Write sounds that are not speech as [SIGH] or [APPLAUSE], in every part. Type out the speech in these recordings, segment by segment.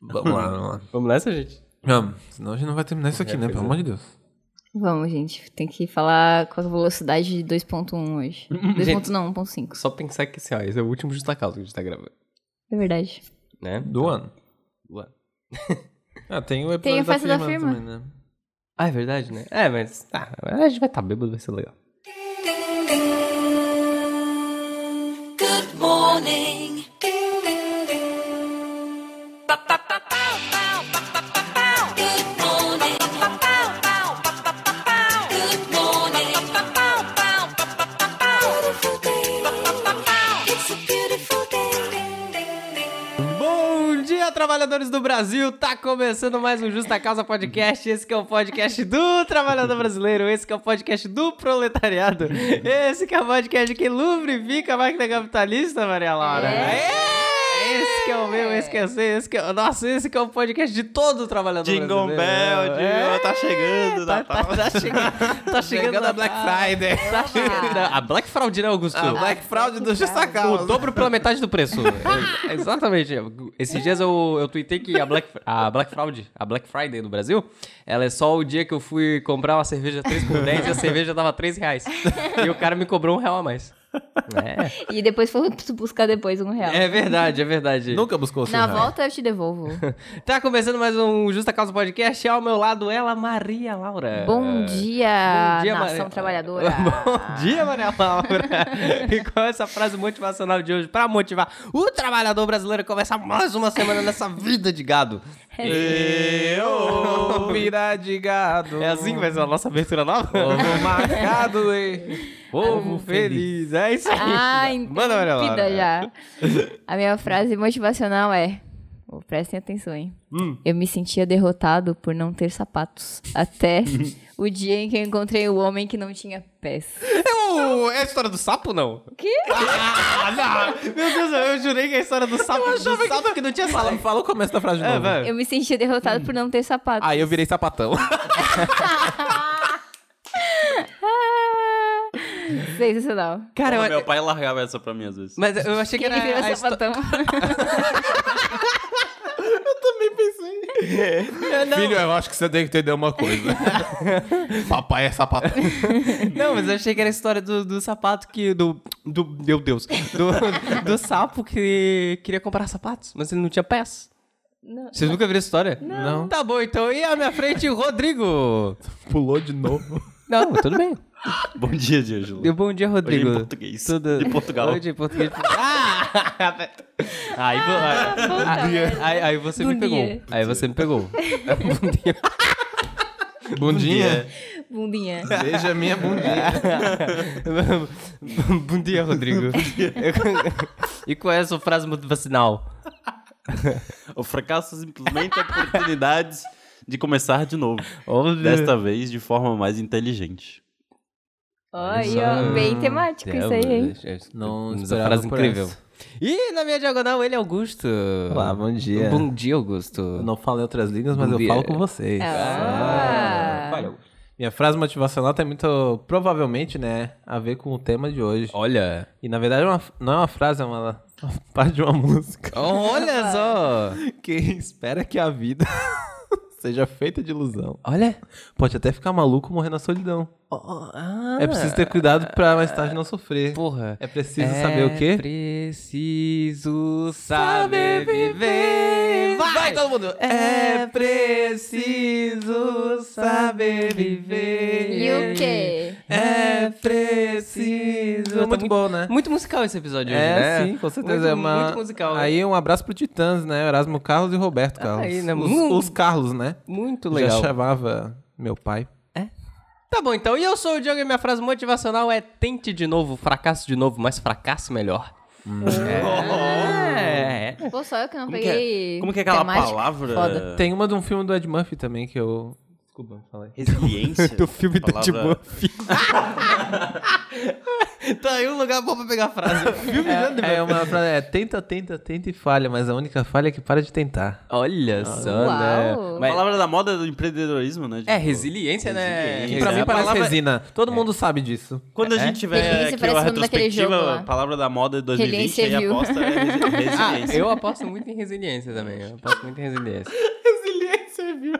Vamos lá, vamos lá. Vamos nessa, gente? Vamos, senão a gente não vai terminar isso aqui, né? Pelo amor de Deus. Vamos, gente. Tem que falar com a velocidade de 2.1 [LAUGHS] hoje. 2.1 não, 1.5. Só pensar que assim, ó, esse é o último Justa Causa que a gente tá gravando, É verdade. né? Tá. Do ano. Boa. Ah, tem o episódio Tem a festa da da firma firma. também, né? Ah, é verdade, né? É, mas tá, a gente vai estar tá bêbado, vai ser legal. Ding, ding. Good morning. Ding, ding, ding. Ba, ba, ba, bow, bow, ba, ba, ba, bow. Good morning. Ba, ba, bow, bow, ba, ba, ba, bow. Good morning. Ba, ba, bow, bow, ba, ba, ba, bow. Beautiful day. Ba, ba, ba, bow. It's a beautiful day. Ding, ding, ding. Bom dia, trabalhadores do Brasil! Tá começando mais um Justa Causa Podcast. Esse que é o podcast do trabalhador brasileiro, esse que é o podcast do proletariado, esse que é o podcast que lubrifica a máquina capitalista, Maria Laura. Aê! Esse que é o meu, esse que é o seu, esse que é o... Nossa, esse que é o podcast de todo o trabalhador Jingle brasileiro. É. Bell, É, Jingle, tá chegando, Tá, tá, Natal. tá chegando, tá chegando a Black Friday. Tá chegando. A Black Friday, né, Augusto? A Black Fraud do Justa O Causa. dobro pela metade do [LAUGHS] preço. É, Exatamente. Esses dias eu, eu tuitei que a Black, a Black Fraud, a Black Friday no Brasil, ela é só o dia que eu fui comprar uma cerveja 3 por 10 e a cerveja tava 3 reais. E o cara me cobrou um real a mais. É, E depois foi tu buscar depois um real. é verdade, é verdade. Nunca buscou o seu Na um raio. volta eu [LAUGHS] te devolvo. Tá começando mais um Justa Causa Podcast. Ao meu lado, ela, Maria Laura. Bom dia, Bom dia, nação Maria- [LAUGHS] trabalhadora. Bom dia, Maria [LAUGHS] Laura. e com essa frase motivacional de hoje, pra motivar o trabalhador brasileiro a começar mais uma semana nessa vida de gado. Eu, vida de gado. É assim que vai ser a nossa abertura nova? Ovo marcado e... Povo feliz. É isso aí. Ah, Manda, Maria Laura. entupida já. [LAUGHS] A minha frase motivacional é... Oh, prestem atenção, hein? Hum. Eu me sentia derrotado por não ter sapatos. [LAUGHS] Até o dia em que eu encontrei o homem que não tinha pés. [LAUGHS] O- É a história do sapo, não? Que? Ah, não. Meu Deus, eu jurei que é a história do sapo, do sapo que... não tinha sapo. Fala, fala o começo da frase de É, novo. vai. Eu me sentia derrotado por não ter sapatos. Ah, Aí eu virei sapatão. [LAUGHS] Sensacional. Cara, eu... Meu pai largava essa pra mim às vezes. Mas eu achei que era Ele a virou histó- sapatão. Filho, eu acho que você tem que entender uma [LAUGHS] coisa. Papai é sapatão. Não, mas eu achei que era a história do, do sapato que. Do, do. Meu Deus. [LAUGHS] Do, do sapo que queria comprar sapatos, mas ele não tinha pés. Não. Vocês nunca viram a história? Não. Tá bom, então. E à minha frente, o Rodrigo. Pulou de novo. Não, tudo bem. Bom dia, Diângelo. Deu bom dia, Rodrigo. Hoje em português. Tudo... De Portugal. Hoje em português. [LAUGHS] Ah! Aí, vo- Ah, aí, aí- aí você Do me pegou. dia. Aí você me [LAUGHS] pegou. é Bundinha. [LAUGHS] Bundinha. Beija minha bundinha. [LAUGHS] Bom dia, Rodrigo. [LAUGHS] e qual é a sua frase motivacional? O fracasso simplesmente é a oportunidade de começar de novo. Olha. Desta vez de forma mais inteligente. Olha, ó, bem temático isso aí, hein? é, Não Uma esperava frase por incrível. essa. E na minha diagonal, ele é Augusto. Olá, bom dia. Bom dia, Augusto. Eu não falei outras línguas, mas Bom eu dia. falo com vocês. Ah. Vai, Augusto. Minha frase motivacional tem muito, provavelmente, né, a ver com o tema de hoje. Olha. E na verdade é uma- não é uma frase, é uma, uma [LAUGHS] parte de uma música. Olha só. Quem espera que a vida [LAUGHS] seja feita de ilusão Olha. pode até ficar maluco morrer na solidão. Ah, É preciso ter cuidado pra mais tarde não sofrer. Porra. É preciso saber o É quê? preciso saber viver. Vai, todo mundo. É preciso saber viver. E o quê? É preciso. Muito bom, né? Muito musical esse episódio hoje, né? É, sim, com certeza. Muito, é uma... muito musical. né? Aí um abraço pro Titãs, né? Erasmo Carlos e Roberto Carlos. aí, né? Os, Hum. os Carlos, né? Muito Já legal. chamava meu pai. Tá bom, então. E eu sou o Diogo e minha frase motivacional é tente de novo, fracasso de novo, mas fracasso melhor. Hum. É. [LAUGHS] Pô, só eu que não Como que é- peguei. como que é aquela temática. palavra? Foda. Tem uma de um filme do Ed Murphy também que eu Desculpa, falei. Resiliência. Do filme do Tim Palavra- Buffy. Tá aí um lugar bom pra pegar a frase. Filme É, é uma frase, é tenta, tenta, tenta e falha, mas a única falha é que para de tentar. Olha Ah, só, Uau. né? A Mas- palavra da moda é do empreendedorismo, né? é, Tipo, resiliência, né? Resiliência. Que pra É, mim a parece palavra- resina. Todo mundo sabe disso. Quando a gente tiver Resiliência aqui parece uma o nome daquele retrospectiva, jogo lá. a palavra da moda de 2020 Resiliência e viu. aposta é [LAUGHS] resi- Ah, resiliência. eu aposto muito em resiliência também. Eu aposto muito em resiliência. [LAUGHS] Resiliência viu.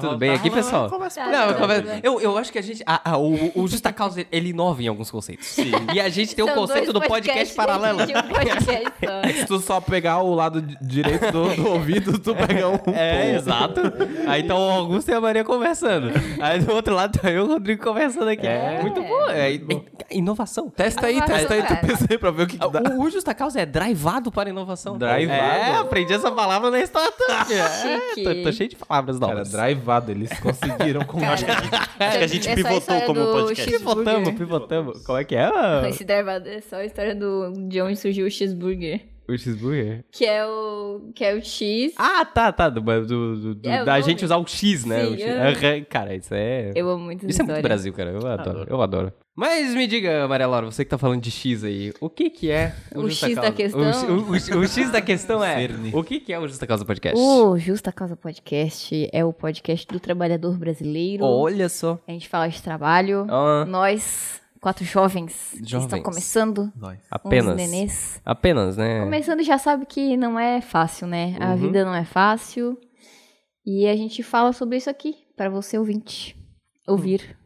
Tudo bem aqui, pessoal? Tá, Não, eu, tudo conver- bem. eu, eu acho que a gente. a- a- o, o Justa Causa, ele inova em alguns conceitos. Sim. E a gente tem o São um conceito dois do podcast podcasts paralelo. dentro de um podcast só. É Se tu só pegar o lado di- direito do, do ouvido, tu pega um. É, exato. Aí então o Augusto e a Maria conversando. Aí do outro lado tá eu e o Rodrigo conversando aqui. É. Muito bom. [LAUGHS] É, é- é inovação. É, Testa aí, Agora, testa aí, cara. tu pensa aí pra ver o que, que dá. O, o Justa Causa é drivado para inovação. Drivado? É, aprendi essa palavra na startup. É, [LAUGHS] Chique. tô, tô cheio de palavras Cara, novas. drivado, eles conseguiram [LAUGHS] com Acho que a gente É só pivotou história como do podcast. Pivotamos, cheeseburger. pivotamos. Como é que é? ó? Esse derivado é só a história do, de onde surgiu o cheeseburger. O cheeseburger? Que é o, que é o cheese. Ah, tá, tá. do- do- do- do- É, o da nome. gente usar o X, né? Sim, O X. é. Aham, Cara, isso é. Eu amo muito essa Isso é muito história. Brasil, cara. Eu adoro, eu adoro. Mas me diga, Maria Laura, você que tá falando de X aí, o que que é O Justa X da Causa? questão? O, o- o- o X da questão é, o que que é o Justa Causa Podcast? O Justa Causa Podcast é o podcast do trabalhador brasileiro. Olha só. A gente fala de trabalho. Ah, Nós, quatro jovens, que estão Jovens. começando. apenas. Uns nenês. é Apenas, né? Começando já sabe que não é fácil, né? A Uhum. vida não é fácil. E a gente fala sobre isso aqui, pra você ouvinte. Ouvir.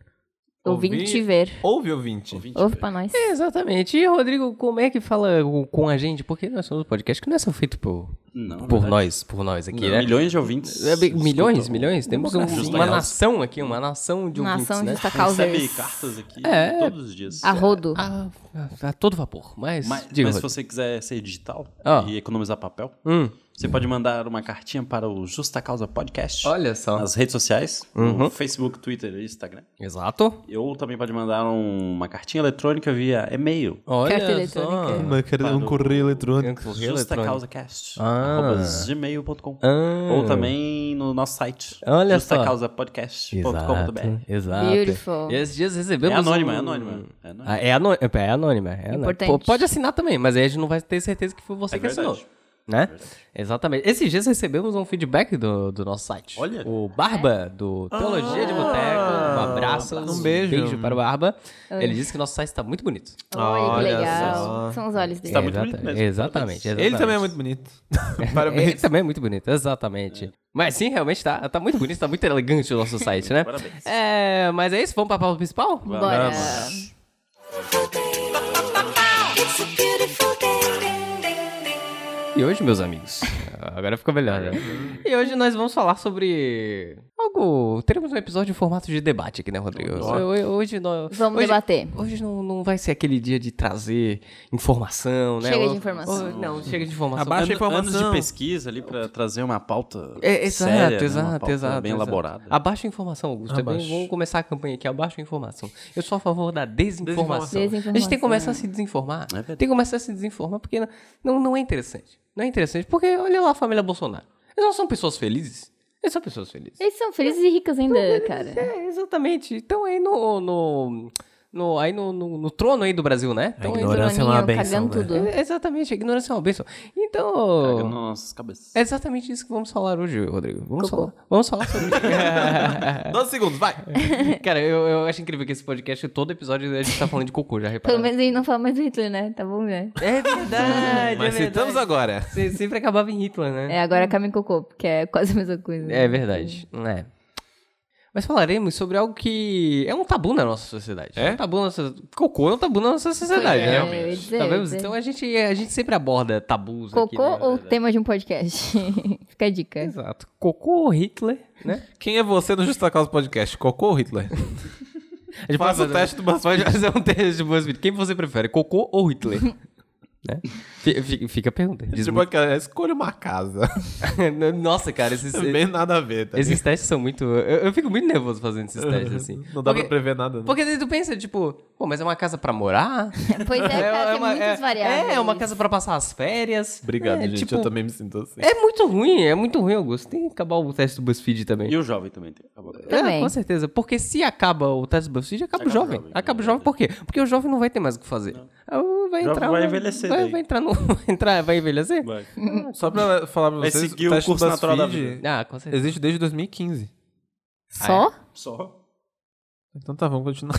Ouvir. Ouvinte ver. Ouve, ouvinte. Ouve pra nós. É, Exatamente. E, Rodrigo, como é que fala o- com a gente? Porque nós somos um podcast que não é só feito por, Não, por verdade. nós, por nós aqui, Não, né? Milhões de ouvintes. É, bem, milhões, escutam. é milhões? Temos um- Justa uma Causa. nação aqui, uma nação de ouvintes, Nação né? Justa Causa. Recebe cartas aqui É. todos os dias. A rodo. A, a- a todo vapor, mas... Mas, diga, mas se Rodrigo. você quiser ser digital Ah. e economizar papel, Hum. você pode mandar uma cartinha para o Justa Causa Podcast Olha só. nas redes sociais, Uhum. no Facebook, Twitter e Instagram. Exato. Ou também pode mandar um- uma cartinha eletrônica via e-mail. Olha Carta só. eletrônica. um correio eletrônico. Correio eletrônico. JustaCausaCast. Ah. arroba gmail.com. Ah. Ou também no nosso site. Olha só. JustaCausaPodcast.com.br. Exato, exato. Beautiful. E esses dias É recebemos anônima, um- é anônima. É anônima. Ah, é, anô... é é anônima, é anônima. Importante. Pô, Pode assinar também, mas aí a gente não vai ter certeza que foi você É que verdade. assinou. Né? Exatamente. Esses dias recebemos um feedback do, do nosso site. Olha. O Barba, do Teologia de Boteco. Um abraço, um beijo. para o Barba. Ah. Ele disse que nosso site está muito bonito. Olha que Olha legal. só. São os olhos dele. Tá muito Exata- bonito mesmo. Exatamente, exatamente. Ele também é muito [LAUGHS] bonito. Ele Parabéns. também é muito bonito, exatamente. Mas sim, realmente tá, tá muito bonito, tá muito elegante o nosso site, né? Parabéns. É, mas é isso, vamos pra pauta principal? Bora. É. It's a beautiful day. E hoje, meus amigos, agora ficou melhor, né? E hoje nós vamos falar sobre algo... Teremos um episódio em formato de debate aqui, né, Rodrigo? Hoje, hoje nós... Vamos hoje... debater. Hoje não, não vai ser aquele dia de trazer informação, né? Chega de Ou- informação. ou- não, chega de informação. Abaixa a Ano- anos de informação. pesquisa ali pra trazer uma pauta É, exato, séria, né? uma exato, pauta exato. bem exato. elaborada. Abaixa a informação, Augusto. É bem- Abaixa. vamos começar a campanha aqui. Abaixa a informação. Eu sou a favor da desinformação. Desinformação. A gente tem que começar a se desinformar. É verdade. tem que começar a se desinformar porque não, não é interessante. Não é interessante porque olha lá a família Bolsonaro. Eles não são pessoas felizes. Eles são pessoas felizes. Eles são felizes e ricos ainda, cara. É, exatamente. Então aí no... no, no- aí no, no- no trono aí do Brasil, né? Então, aí- Ignorância é uma Doninho, benção, Cagando tudo. É, exatamente. A ignorância é uma bênção. Então... Caga nas nossas cabeças. É exatamente isso que vamos falar hoje, Rodrigo. Vamos Cocô. falar, vamos falar sobre. [LAUGHS] 12 segundos, [LAUGHS] vai. Cara, eu, eu acho incrível que esse podcast, todo episódio, a gente tá falando de cocô, já reparou? Pelo menos a gente não fala mais do Hitler, né? Tá bom, né? É verdade, Mas citamos agora. Você sempre acabava em Hitler, né? É, agora Carmen Cocô, porque é quase a mesma coisa. É, verdade. É. Mas falaremos sobre algo que é um tabu na nossa sociedade. É? um tabu na nossa... Cocô é um tabu na nossa sociedade, Pois é, eu ia realmente. dizer, Tá eu ia vendo? dizer. Então a gente, a gente sempre aborda tabus aqui, É, Cocô né? ou tema de um podcast? [LAUGHS] Fica a dica. Exato. Cocô ou Hitler, né? Quem é você no Justa Causa Podcast? Cocô ou Hitler? A gente Faça pode o teste do BuzzFeed. [LAUGHS] Pode fazer um teste de BuzzFeed. Quem você prefere, Cocô ou Hitler? né? Fi- fi- Fica a pergunta. Diz tipo muito- aquela, escolha uma [LAUGHS] casa. [LAUGHS] Nossa, cara, esses, Bem nada a ver, tá esses testes são muito. Eu, eu fico muito nervoso fazendo esses testes assim. ligado? Não dá Porque- pra prever nada. né? Porque daí tu pensa, tipo, pô, mas é uma casa pra morar? Pois é, cara, tem muitas variáveis. É, é uma casa pra passar as férias. Obrigado, É, gente. tipo, Eu também me sinto [LAUGHS] assim. É muito ruim, é muito ruim, Augusto. Tem que acabar o teste do BuzzFeed também. E o jovem também tem. Tá Acabou. É, Também. com certeza. Porque se acaba o teste do BuzzFeed, acaba, o Acaba o jovem. jovem. Acaba o jovem por quê? Porque o jovem não vai ter mais o que fazer. Ah, Vai Jovem entrar. vai no- envelhecer Vai, daí. vai entrar no. [LAUGHS] Vai, entrar, vai envelhecer? Vai. Só pra falar pra Vai vocês, seguir o teste curso do natural da BuzzFeed Ah, com É. certeza. Existe desde 2015. é. Só? Só. Então tá, vamos continuar.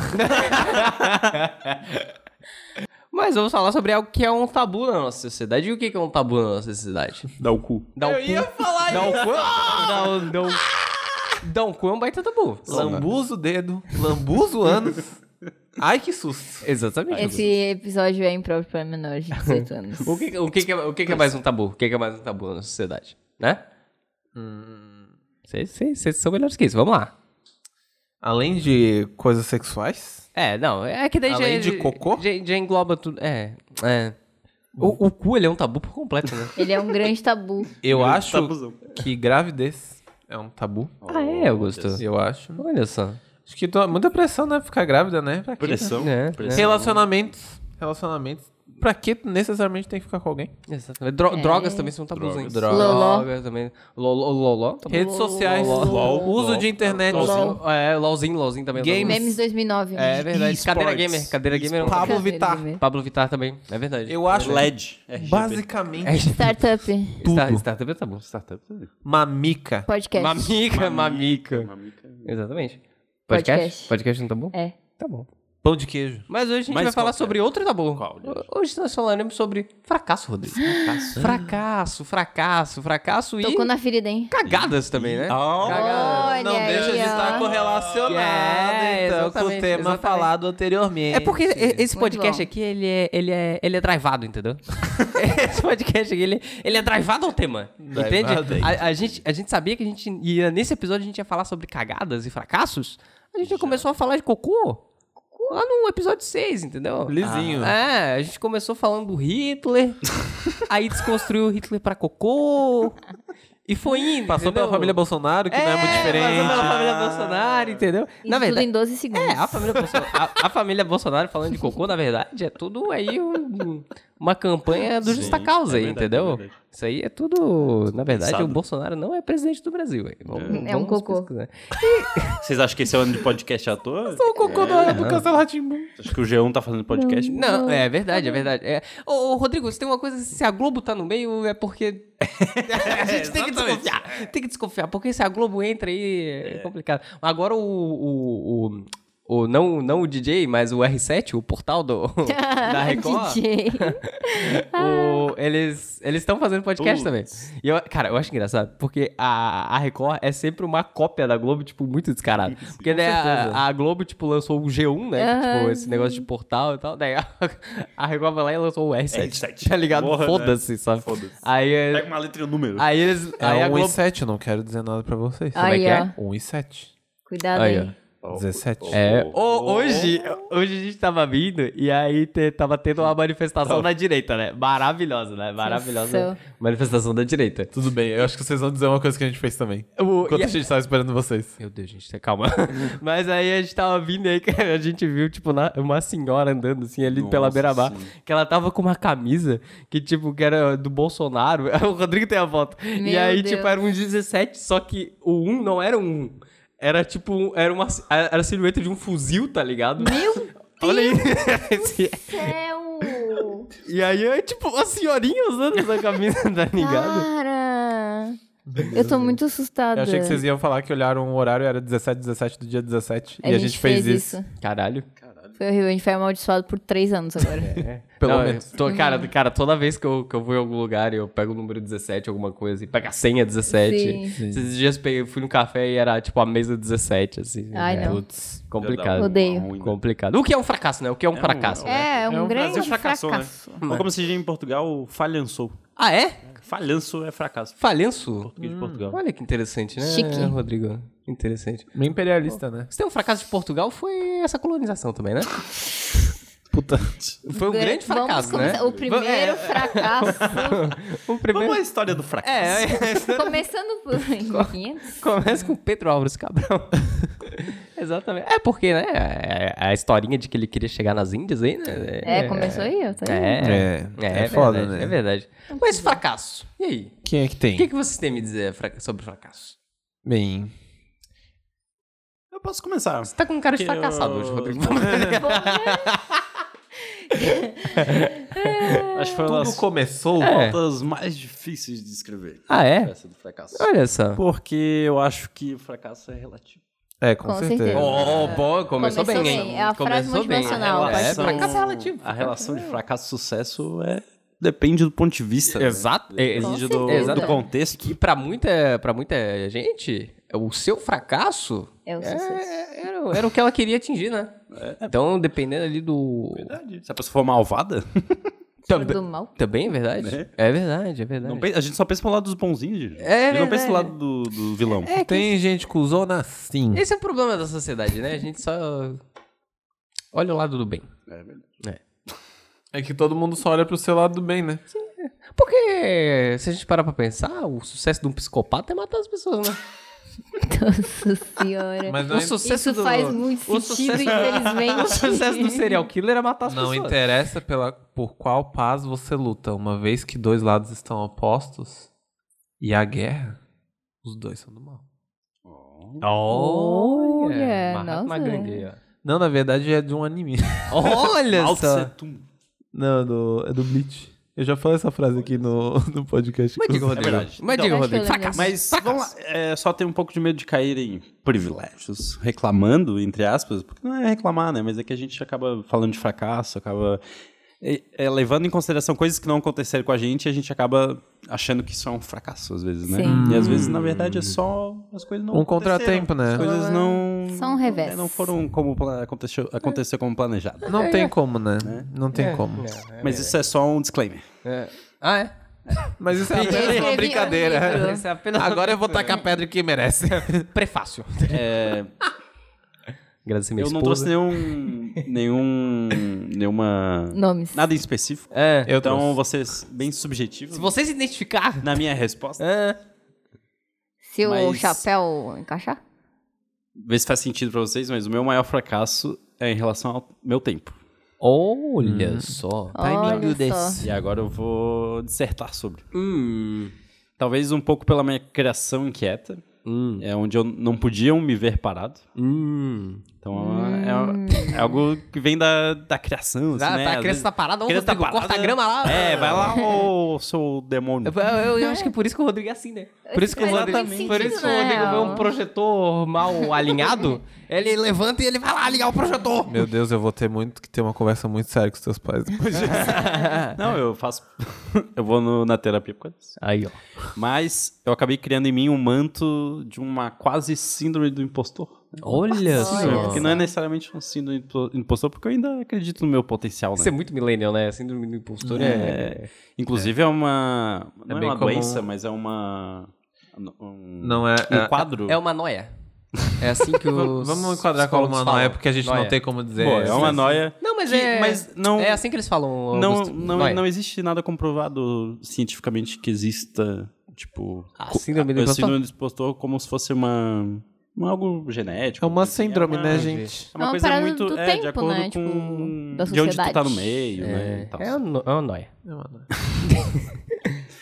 Mas vamos falar sobre algo que é um tabu na nossa sociedade. E o que que é um tabu na nossa sociedade? [LAUGHS] Dá o cu. Dá um cu. falar Dá um cu. Dá um- dá um- Dá um cu é um baita tabu. Lambuza o dedo, lambuza o [LAUGHS] ânus. Ai, que susto. Exatamente. Esse episódio é impróprio pra menores de 18 anos. [LAUGHS] O que, o que, que é, o que, que é mais um tabu? O que, que é mais um tabu na sociedade? Né? Vocês vocês- vocês são melhores que isso, vamos lá. Além de coisas sexuais, É, não, é que daí Além já, de cocô? Já, já engloba tudo. É, é. O, o cu, ele é um tabu por completo, né? Ele é um [LAUGHS] grande tabu. eu tá acho tabuzão. que gravidez é um tabu. ah, é, Augusto? Eu acho. Olha só. Acho que tô- muita pressão, né? Ficar grávida, né? Pra quê? né? Pressão. É, pressão. Relacionamentos. Relacionamentos. Pra que tu necessariamente tem que ficar com alguém? Exatamente. Dro- Drogas também são tabuzinho. Drogas. Loló. também. Loló, loló tabu. Redes sociais. Lol. Uso Lol. de internet. Lolzinho, é, lolzinho, lolzinho também. é Games. tabu. Memes 2009. É verdade. Esports. Cadeira gamer, cadeira gamer. é um tabu. Pablo Vittar. Pablo Vittar também, é verdade. Eu acho que LED. RGB. basicamente Startup. Star, startup é tabu. Startup também. mamica. Podcast. Mamica, mamica. Mamica. Exatamente. Podcast? Podcast. Podcast não tá bom? É. Tá bom. Pão de queijo. Mas hoje a gente Mas vai falar qual que é? sobre outro tabu. Qual deles? Hoje nós falaremos sobre fracasso, Rodrigo. Fracasso. Fracasso, fracasso, fracasso e Tocou na ferida, hein? cagadas também, Ah, né? Cagadas. Olha aí, ó. correlacionado então, É, exatamente, exatamente. anteriormente. É porque e- esse Muito podcast bom. aqui, ele é, ele é, ele é drivado, entendeu? [LAUGHS] esse podcast aqui, ele, ele é drivado ao tema, Drivado entende? A, a gente, a gente sabia que a gente ia, nesse episódio, a gente ia falar sobre cagadas e fracassos. A gente já começou a falar de cocô lá no episódio 6, entendeu? Lisinho. É, a gente começou falando [LAUGHS] do Hitler, aí desconstruiu o Hitler pra cocô, e foi indo, Passou entendeu? pela família Bolsonaro, que não é muito diferente. Passou pela família Bolsonaro, entendeu? Isso tudo em 12 segundos. É, a [LAUGHS] família, Bolso- a- a família Bolsonaro falando de cocô, na verdade, é tudo aí um- uma campanha do Justa Causa, é aí, verdade, entendeu? é verdade. Isso aí é tudo. Na verdade, Pensado. o Bolsonaro não é presidente do Brasil. aí. Vamos- É um vamos cocô. pesquisar. Vocês acham que esse é o ano de podcast à toa? O cocô é do, do Castelo Rá-Tim-Bum. Acho que o G1 tá fazendo podcast. Não, é verdade, é verdade. É. Ô, ô, Rodrigo, se tem uma coisa, se a Globo tá no meio, é porque. [LAUGHS] a gente tem que desconfiar. Tem que desconfiar, porque se a Globo entra aí, é, complicado. Agora o. o, o- o- não, não o DJ, mas o R7, o portal [LAUGHS] do, da Record. DJ. O- eles eles estão fazendo podcast também. E eu- cara, eu acho engraçado, porque a, a Record é sempre uma cópia da Globo, tipo, muito descarada. Porque né, a, a Globo, tipo, lançou o G1, né? Aham, tipo, esse negócio de portal e tal. Daí a, [LAUGHS] a Record vai lá e lançou o R7. [LAUGHS] R7. Tá ligado? Porra, né? Foda-se, sabe? Foda-se. Aí, é- Pega uma letra e um número. aí eles. É aí a 1 Globo. e 7, eu não quero dizer nada pra vocês. Aí, que é? ó. 1 e 7. Cuidado Aí, aí. ó. 17. É, ho- hoje, hoje a gente tava vindo e aí te- tava tendo uma manifestação da direita, né? Maravilhosa, né? Maravilhosa. Sensação. Manifestação da direita. Tudo bem, eu acho que vocês vão dizer uma coisa que a gente fez também. O- Enquanto e- a gente tava esperando vocês. Meu Deus, gente, tá, calma. [LAUGHS] Mas aí a gente tava vindo aí, que a gente viu, tipo, na- uma senhora andando, assim, ali pela Nossa, beira-mar. sim. Que ela tava com uma camisa que, tipo, que era do Bolsonaro. [LAUGHS] O Rodrigo tem a foto. e Meu aí, Deus. tipo, era um 17, só que o 1 não era um 1. Era, tipo, um- era uma era a silhueta de um fuzil, tá ligado? Meu [LAUGHS] Olha aí. Esse- céu! [LAUGHS] e aí, é, tipo, a senhorinha usando essa camisa, [LAUGHS] tá Ah, ligado? Cara! Eu tô muito assustada. Eu achei que vocês iam falar que olharam o horário, era 17, 17 do dia 17. e a gente fez isso. Caralho. Foi horrível. A gente foi amaldiçoado por três anos agora. Pelo eu menos. tô- Uhum. cara, cara, toda vez que eu, que eu vou em algum lugar e eu pego o número 17, alguma coisa, e pego a senha 17. Sim. Esses dias peguei, fui no café e era tipo a mesa 17, assim. Ai, né? não. Putz, complicado. um Odeio. Complicado. O que é um fracasso, né? O que é um É um- fracasso? né? É, é um o grande Brasil fracassou, né? fracasso. Ou como se diz em Portugal, falhançou. Ah, é? Falhanço é fracasso. Falhanço? Português de Portugal. Olha que interessante, né, Chique. Rodrigo? Interessante. Meio é imperialista, né? Se tem um fracasso de Portugal, foi essa colonização também, né? importante. Foi um grande Vamos fracasso, começar- né? O primeiro É. fracasso. O primeiro... Vamos à história do fracasso. É, Começando por em 500. Começa com Pedro Álvares [LAUGHS] Cabral. Exatamente. É porque, né? é- A historinha de que ele queria chegar nas Índias aí, né? É, começou aí, eu tô aí. É, É, é, é foda, verdade, né? É verdade. Mas fracasso. E aí? Quem é que O tem? que, que vocês têm a me dizer fra- sobre fracasso? Bem, Eu posso começar. Você tá com cara de Que fracassado eu- hoje, Rodrigo. é Acho que foi uma tudo das começou É. pautas mais difíceis de descrever. [LAUGHS] ah, é? Essa do fracasso. Olha só. Porque eu acho que o fracasso é relativo. É, com, Com certeza. certeza. Oh, bom, Começou bem. É a frase motivacional, É, pode é ser. fracasso é relativo. É. A relação de fracasso e sucesso é... depende do ponto de vista. né? Exato. É, é, Depende Com do, certeza. do contexto. que pra muita, pra muita gente, o seu fracasso É o é- sucesso. era, o- era o que ela queria atingir, né? Então, dependendo ali do... Se a pessoa for malvada, Tamb- Do mal. Também é verdade. Né? É verdade, é verdade. não pe- a gente só pensa pro lado dos bonzinhos, gente. É a gente não pensa pro verdade. É, lado do, do vilão. É Tem gente cuzona sim. Esse é o problema da sociedade, né? A gente só olha o lado do bem. É verdade. É que todo mundo só olha pro seu lado do bem, né? Porque se a gente parar pra pensar, o sucesso de um psicopata é matar as pessoas, né? Nossa senhora. Mas não, é o sucesso Isso do... faz muito o sentido, sucesso- infelizmente. [LAUGHS] O sucesso do serial killer é matar as não pessoas. interessa pela, por qual paz você luta, uma vez que dois lados estão opostos e a guerra, os dois são do mal. Olha, Olha, Mahatma nossa. Gandhi, aí, ó. Não, na verdade é de um [LAUGHS] anime. Olha Mao só. Tse-tung. Não, é do, é do Bleach. Eu já falei essa frase aqui no, [LAUGHS] no podcast. Mas diga, É Rodrigo. verdade. Mas Então, diga, acho Rodrigo. que eu lembro. Fracasso. Mas fracasso. vamos lá, é, só tenho um pouco de medo de cair em privilégios, reclamando, entre aspas, porque não é reclamar, né? Mas é que a gente acaba falando de fracasso, acaba é, é, levando em consideração coisas que não aconteceram com a gente e a gente acaba achando que isso é um fracasso, às vezes, né? Sim. E às vezes, na verdade, é só as coisas não Um aconteceram, contratempo, né? As coisas não. Só um revés. é, não foram como pla- aconteceu, aconteceu como planejado. Não tem como, né? Não tem É, como. é, é. Mas isso é só um disclaimer. Ah, é? Mas isso é Eu apenas escrevi uma um brincadeira. livro. Esse é apenas Agora eu vou tacar pedra em quem merece. [LAUGHS] prefácio. É, Agradecer minha eu não trouxe esposa. nenhum. nenhum. nenhuma. Nomes. Nada em específico. É. Eu então, trouxe. vocês bem subjetivos Se você se identificar... na minha resposta. É. Se o Mas- chapéu encaixar? Vê se faz sentido pra vocês, mas o meu maior fracasso é em relação ao meu tempo. Olha só. Olha só. E agora eu vou dissertar sobre. Hum. Talvez um pouco pela minha criação inquieta, Hum. é onde eu não podia me ver parado. Hum. Então é, é- é algo que vem da, da criação, assim, Ah, né? tá, a Às criança vezes- tá parada, vamos criança tá Rodrigo, corta a parada. grama lá. É, [LAUGHS] vai lá, ô seu demônio. Eu, eu- eu acho que por isso que o Rodrigo é assim, né? Por isso que o Mas não Rodrigo, tem por sentido, isso que na o Rodrigo vê real. um projetor [LAUGHS] mal alinhado, ele levanta e ele vai lá alinhar o projetor. Meu Deus, eu vou ter muito que ter uma conversa muito séria com os teus pais depois disso. Não, eu faço. [LAUGHS] eu vou no- na terapia por causa disso. Aí, ó. Mas eu acabei criando em mim um manto de uma quase síndrome do impostor. Olha só. Porque não é necessariamente um síndrome do impo- impostor, porque eu ainda acredito no meu potencial, né? Isso é muito millennial, né? Síndrome do impostor é... Inclusive é uma... Não É é, bem uma comum. doença, mas é uma... Um, Não é. um é- quadro. É uma noia. É assim que v- os... vamos enquadrar como uma psicólogos noia, falam. porque a gente Noia. não tem como dizer. Pô, é uma noia. Não, mas que- é... Mas não... É assim que eles falam, não, Augusto. não, Noia. não existe nada comprovado cientificamente que exista, tipo... A co- síndrome do a- a impostor? síndrome do impostor como se fosse uma... uma algo genético. É uma assim, síndrome, uma- né, gente? É É uma uma coisa parada muito do é, tempo, de acordo né? Tipo, com da de onde tu tá no sociedade. meio, né? e tal. É uma, é uma noia. É uma noia.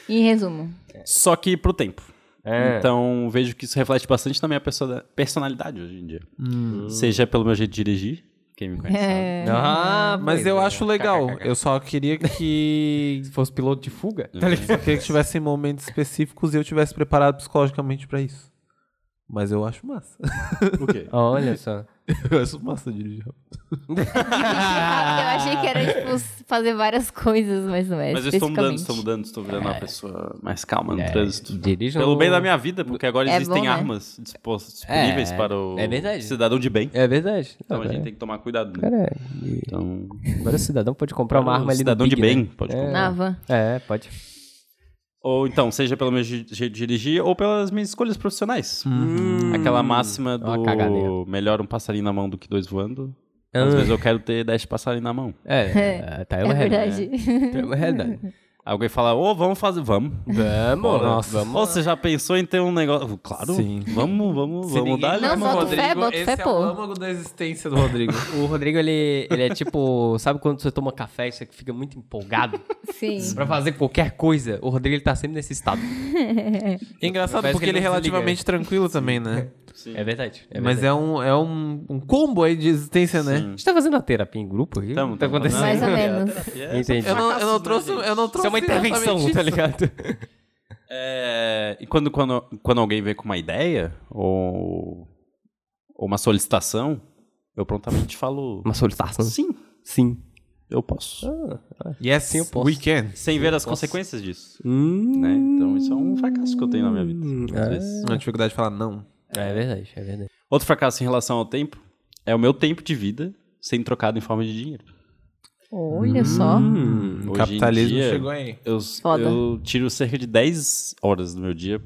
Em resumo. Só que pro tempo. É. Então vejo que isso reflete bastante na minha perso- personalidade hoje em dia. Hum. Seja pelo meu jeito de dirigir, quem me conhece. sabe. Hum. É. Ah, Mas pois eu é. acho legal. KKK. Eu só queria [LAUGHS] que. tá Se fosse piloto de fuga... Eu só queria que tivessem momentos específicos e eu tivesse preparado psicologicamente pra isso. Mas eu acho massa. [LAUGHS] [LAUGHS] O quê? Olha só. Eu acho massa dirigir. Eu achei que era, tipo, fazer várias coisas, mas não é. Mas eu estou mudando, especificamente. É. estou mudando, estou virando uma pessoa mais calma no É, trânsito. dirija um- Pelo no- bem da minha vida, porque agora É existem bom, né? armas dispostas, disponíveis É, para o é verdade. cidadão de bem. É verdade. Então a Agora- gente tem que tomar cuidado. Né? Cara, Então, agora o cidadão pode comprar uma o arma ali cidadão no de Big, bem, né? pode É. comprar. Na Ah, van. É, pode. Ou então, seja pelo meu je- jeito de dirigir ou pelas minhas escolhas profissionais. Aquela máxima Ó a do caganeira. melhor um passarinho na mão do que dois voando. Às Ah. vezes eu quero ter 10 passarinhos na mão. É, [LAUGHS] tá aí uma é realidade. verdade. né? É uma realidade. [LAUGHS] Alguém fala, ô, vamos fazer, vamos. Vamos, Nossa. vamos. Ô, você já pensou em ter um negócio? Claro, Sim. vamos, vamos, vamos dar. Não, o bota fé, bota esse fé, é pô. o âmago da existência do Rodrigo. [LAUGHS] O Rodrigo, ele, ele é tipo. Sabe quando você toma café e você fica muito empolgado [LAUGHS] Sim. pra fazer qualquer coisa? O Rodrigo, ele tá sempre nesse estado. É engraçado Parece porque que ele ele é não desliga. relativamente tranquilo também, né? É verdade. Mas é um, é um, um combo aí de existência, A né? gente tá fazendo a terapia em grupo aqui? Tamo, tá tamo acontecendo? Mais ou menos. Entendi. Eu não, eu não trouxe, eu não trouxe Isso é uma intervenção, exatamente tá isso. ligado? É, e quando, quando, quando alguém vem com uma ideia ou, ou uma solicitação, eu prontamente falo Uma solicitação. sim, Sim. eu posso. Ah, Yes, Sim, eu posso. Hum. we can. Sem ver as consequências disso. né? Então isso é um fracasso que eu tenho na minha Hum, vida. às é. vezes. Uma dificuldade de falar não. É verdade, é verdade. Outro fracasso em relação ao tempo é o meu tempo de vida sendo trocado em forma de dinheiro. Olha só. Hoje em o capitalismo dia- chegou aí. Eu, Foda. eu tiro cerca de 10 horas do meu dia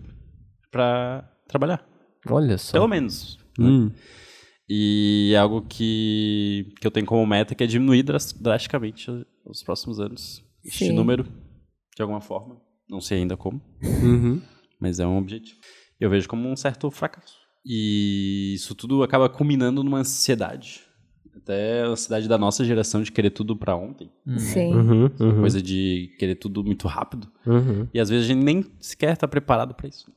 pra trabalhar. Olha só. Hum. Pelo menos. né? Hum. E é algo que, que eu tenho como meta que é diminuir dras- drasticamente nos próximos anos. Este Sim. número, de alguma forma. Não sei ainda como, mas é um objetivo. Eu vejo como um certo fracasso. E isso tudo acaba culminando numa ansiedade. Até a ansiedade da nossa geração de querer tudo pra ontem. Sim. Uhum, uhum, Coisa de querer tudo muito rápido. uhum. E às vezes a gente nem sequer tá preparado pra isso.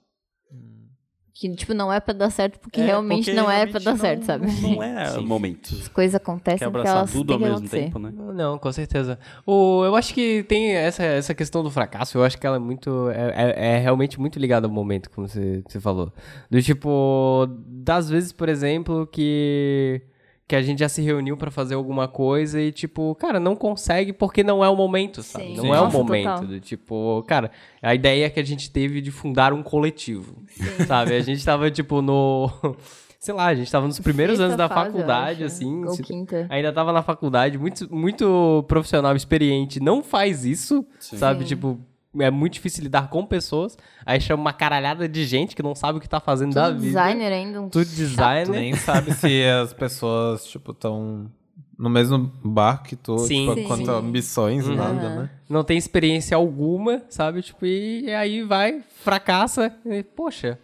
Que, tipo, não é pra dar certo porque É, realmente porque não é realmente pra dar não- certo, sabe? Não é o momento. As coisas Quer acontecem porque abraçar elas tudo têm ao que mesmo acontecer. tempo, né? Não, com certeza. O, eu acho que tem essa, essa questão do fracasso, eu acho que ela é muito. É, é- é realmente muito ligada ao momento, como você, você falou. Do tipo, das vezes, por exemplo, que. Que a gente já se reuniu pra fazer alguma coisa e, tipo, cara, não consegue porque não é o momento, sabe? Sim. Não Sim. é o Nossa, momento. total. Do tipo, cara, a ideia que a gente teve de fundar um coletivo, sabe? A gente tava, tipo, no. [LAUGHS] Sei lá, a gente tava nos primeiros Sexta anos da fase, eu faculdade, acho. assim. Ou se- quinta. ainda tava na faculdade, muito, muito profissional, experiente, não faz isso, sabe? Sim. Tipo, é muito difícil lidar com pessoas. Aí chama uma caralhada de gente que não sabe o que tá fazendo da Tudo vida. designer ainda, um Tudo designer. Nem sabe se as pessoas, tipo, estão no mesmo barco que tu, Sim. tipo, quanto a Sim. Uhum. ambições e nada, Aham. né? [LAUGHS] Não tem experiência alguma, sabe? Tipo, e aí vai, fracassa. E, poxa,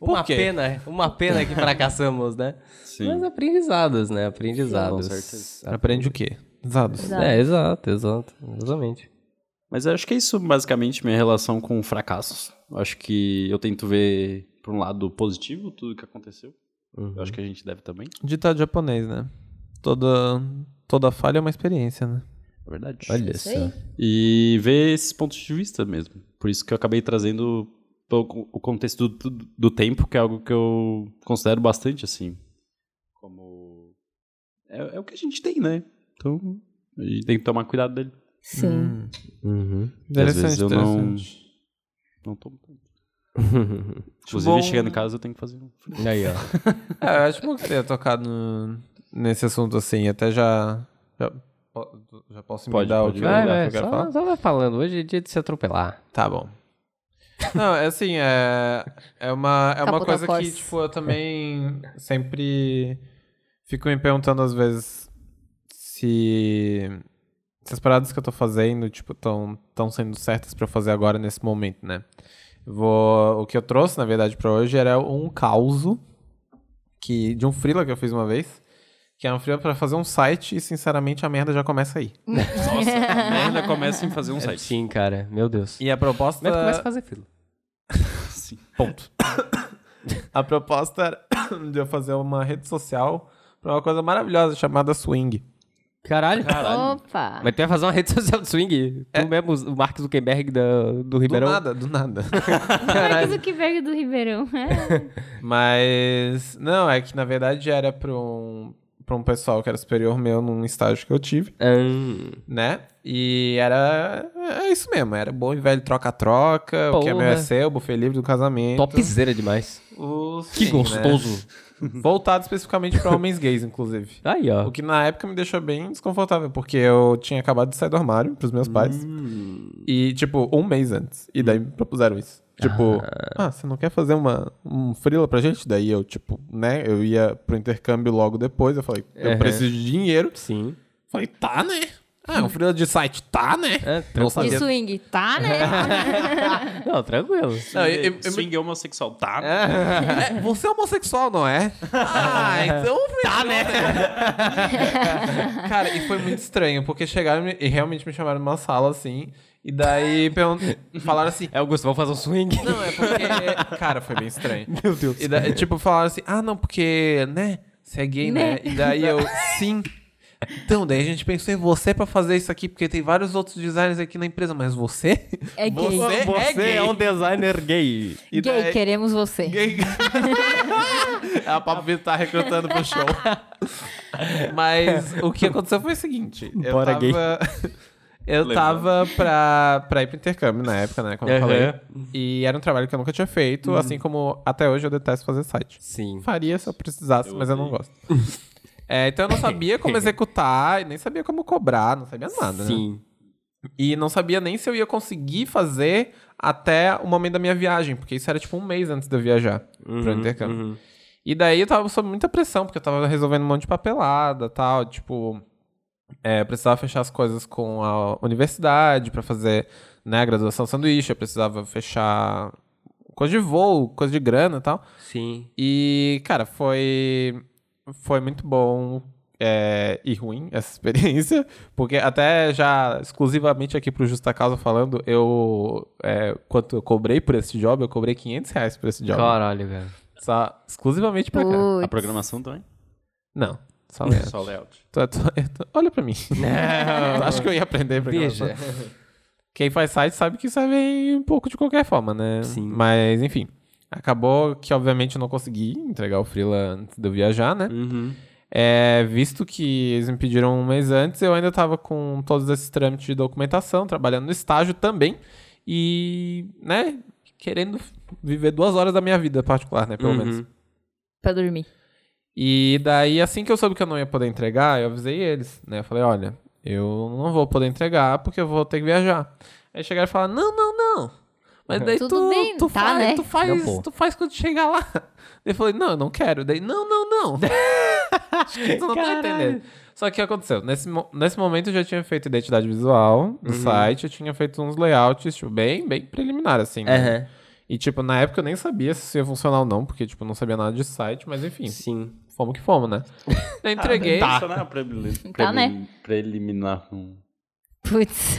Por uma quê? pena, uma pena que fracassamos, né? Sim. Mas aprendizados, né? Aprendizados. Com certeza. Aprende o quê? Dados. Exato. É, exato, exato. Exatamente. Mas eu acho que é isso basicamente minha relação com fracassos. Eu acho que eu tento ver por um lado positivo tudo que aconteceu. Uhum. Eu acho que a gente deve também. Ditado japonês, né? Toda, toda falha é uma experiência, né? É verdade. Isso Hum. aí. E ver esses pontos de vista mesmo. Por isso que eu acabei trazendo pouco o contexto do, do- do tempo, que é algo que eu considero bastante assim. Como. É, é o que a gente tem, né? Então a gente tem que tomar cuidado dele. Sim. E às vezes Hum. Interessante, eu não. interessante. Não tomo tanto. [LAUGHS] Inclusive, Bom- chegando em casa eu tenho que fazer um. [LAUGHS] Aí, ó. É, eu acho bom que você tenha tocado no- nesse assunto assim, até já. Já, po- já posso Pode, emendar o pode. que eu- Vai, Vai, que vai, eu quero só, falar? só vai falando. Hoje é dia de se atropelar. Tá bom. Não, é assim, é, é uma, é uma Capotar coisa que, pós. tipo, eu também sempre fico me perguntando às vezes se, se as paradas que eu tô fazendo, tipo, estão tão sendo certas pra eu fazer agora nesse momento, né? Vou, o que eu trouxe, na verdade, pra hoje era um causo que, de um freela que eu fiz uma vez, que é um freela pra fazer um site e, sinceramente, a merda já começa aí. Nossa, merda começa em fazer um site. É Sim, cara. Meu Deus. E a proposta... Mas começa a fazer fila. Sim. Ponto. [COUGHS] A proposta era [COUGHS] de eu fazer uma rede social pra uma coisa maravilhosa chamada Swing. Caralho. Opa! Mas tu ia fazer uma rede [LAUGHS] social de swing? Tu mesmo, o Mark Zuckerberg da, do Do Ribeirão? nada, do nada. Mark Zuckerberg do Ribeirão. [LAUGHS] Mas, não, é que na verdade era É pra um, pra um pessoal que era superior meu num estágio que eu tive, Ahn. né? E era. É isso mesmo, era bom e velho troca-troca, o que é meu é Porra. seu, buffet livre do casamento. Topzera demais. O- Que sim, gostoso. né? Voltado especificamente pra homens gays, inclusive. né? Aí, ó. O que na época me deixou bem desconfortável, porque eu tinha acabado de sair do armário pros meus pais. Hum. E, tipo, um mês antes. E daí me propuseram isso. Tipo, ah, você não quer fazer uma, um frila pra gente? Daí eu, tipo, né? Eu ia pro intercâmbio logo depois. Eu falei, eu Uhum. preciso de dinheiro. Sim. Falei, tá, né? Ah, um frila de site, tá, né? É, não tranquilo. De sabia. swing, tá, né? Não, tranquilo. Não, eu- eu- eu- É, Swing homossexual, tá? É, você é homossexual, não é? Ah, então. Tá, né? [LAUGHS] Cara, e foi muito estranho, porque chegaram e realmente me chamaram numa sala assim. E daí pergun- falaram assim. É, Augusto, vamos fazer um swing? Não, é porque. Cara, foi bem estranho. [LAUGHS] Meu Deus. E daí, tipo, falaram assim: ah, não, porque, né? Você é gay, né? E daí eu, sim. Então, daí a gente pensou em você pra fazer isso aqui, porque tem vários outros designers aqui na empresa, mas você? É gay. Você- é gay. um designer gay. E Gay, daí- queremos [LAUGHS] você. Gay. a Papo Vitor tá recrutando pro [LAUGHS] show. Mas o que aconteceu foi o seguinte: eu Bora, tava. gay. [LAUGHS] Eu Levanta. tava pra, pra ir pro intercâmbio na época, né? Como eu Aham. Uhum. falei. E era um trabalho que eu nunca tinha feito, assim como até hoje eu detesto fazer site. Sim. Faria se eu precisasse, mas eu não gosto. É, então eu não sabia [LAUGHS] como executar, e nem sabia como cobrar, não sabia nada, né? Sim. E não sabia nem se eu ia conseguir fazer até o momento da minha viagem, porque isso era tipo um mês antes de eu viajar pro Uhum, intercâmbio. E daí eu tava sob muita pressão, porque eu tava resolvendo um monte de papelada tal, tipo. É, eu precisava fechar as coisas com a universidade pra fazer né, a graduação sanduíche, eu precisava fechar coisa de voo, coisa de grana e tal. Sim. E, cara, foi, foi muito bom é, e ruim [LAUGHS] essa experiência, porque até já exclusivamente aqui pro Justa Causa falando, eu, é, quanto eu cobrei por esse job, eu cobrei 500 reais por esse job. Caralho, cara. Só exclusivamente pra cá. A Putz. programação também? Não, É só lendo. Só layout. Tu- tu- eu [LAUGHS] tô- olha pra mim. [LAUGHS] Acho que eu ia aprender pra Veja. Quem faz site sabe que isso vem um pouco de qualquer forma, né? Sim. Mas, enfim. Acabou que, obviamente, eu não consegui entregar o Freela antes de eu viajar, né? Uhum. É, visto que eles me pediram um mês antes, eu ainda tava com todos esses trâmites de documentação, trabalhando no estágio também. E, né, querendo viver duas horas da minha vida particular, né? Pelo Uhum. menos. Pra dormir. E daí, assim que eu soube que eu não ia poder entregar, eu avisei eles, né? Eu falei, olha, eu não vou poder entregar porque eu vou ter que viajar. Aí chegaram e falaram, não, não, não. Mas daí Tudo tu, bem, tu tá, faz, né? tu faz, Não, pô. tu faz quando chegar lá. [LAUGHS] Daí eu falei, não, eu não quero. Daí, não, não, não. [LAUGHS] Acho que tu não tá Caralho. entendendo. Só que o que aconteceu? Nesse, mo- nesse momento eu já tinha feito identidade visual do site, eu tinha feito uns layouts, tipo, bem, bem preliminar, assim. né? Aham. E, tipo, na época eu nem sabia se isso ia funcionar ou não, porque, tipo, eu não sabia nada de site, mas enfim. Sim. Fomos que fomos, [LAUGHS] né? Eu entreguei. Tá. Isso não é preliminar. Tá, né? Preliminar. um. Putz.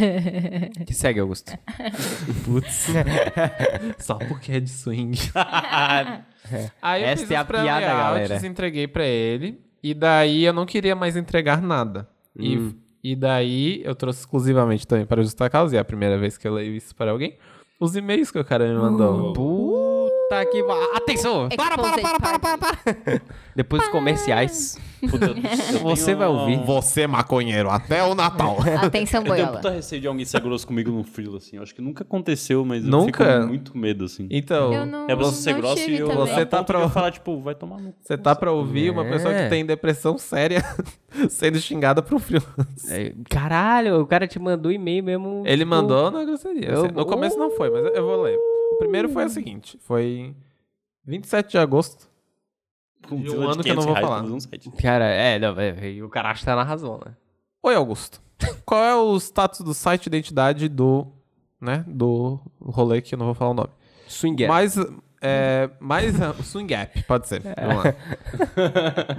Que segue, Augusto. Putz. [LAUGHS] Só porque é de swing. Aí eu Esta fiz é a os pré- piada, layouts, galera. entreguei pra ele. E daí eu não queria mais entregar nada. Hum. E, e daí eu trouxe exclusivamente também para o Justa Causa. E é a primeira vez que eu leio isso para alguém. Os e-mails que o cara me mandou. Uh. Puta que. va- É Atenção! Para, para, para, para, para, para. Depois dos comerciais. Puta, eu Você tenho vai uma- ouvir. Você, maconheiro, até o Natal. [LAUGHS] Atenção, Eu tenho boiola. puta receio de alguém ser grosso comigo num frilo, assim. Eu acho que nunca aconteceu, mas eu Nunca? fico com muito medo, assim. [LAUGHS] Então, Eu não, É você ser não grosso tive e eu, também. Você você tá tá pro- pra falar, tipo, vai tomar no... você tá pra ouvir uma pessoa que É. tem depressão séria [LAUGHS] sendo xingada por um freelancer. É, Caralho, o cara te mandou e-mail mesmo. Ele tipo, mandou na grosseria. Eu- Uh. assim. No começo não foi, mas eu- eu vou ler. O primeiro foi o seguinte: foi 27 de agosto. Com E um fila de ano que eu não 500 vou reais falar. pra fazer um site. Cara, é, não, é, e o cara acha que tá na razão, né? Oi, Augusto. Qual é o status do site de identidade do. né? Do rolê que eu não vou falar o nome. Swinger. Mais. É, mais a- o Swing App, pode ser. Vamos lá.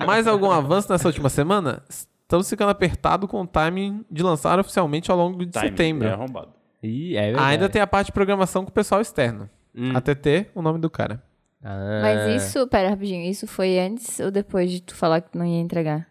mais algum avanço nessa última semana? Estamos ficando apertado com o timing de lançar oficialmente ao longo de Timing, setembro. É arrombado. Ih, é verdade. Ainda tem a parte de programação com o pessoal externo. Hum. ATT, o nome do cara. Ah. Mas isso, pera rapidinho, isso foi antes ou depois de tu falar que tu não ia entregar?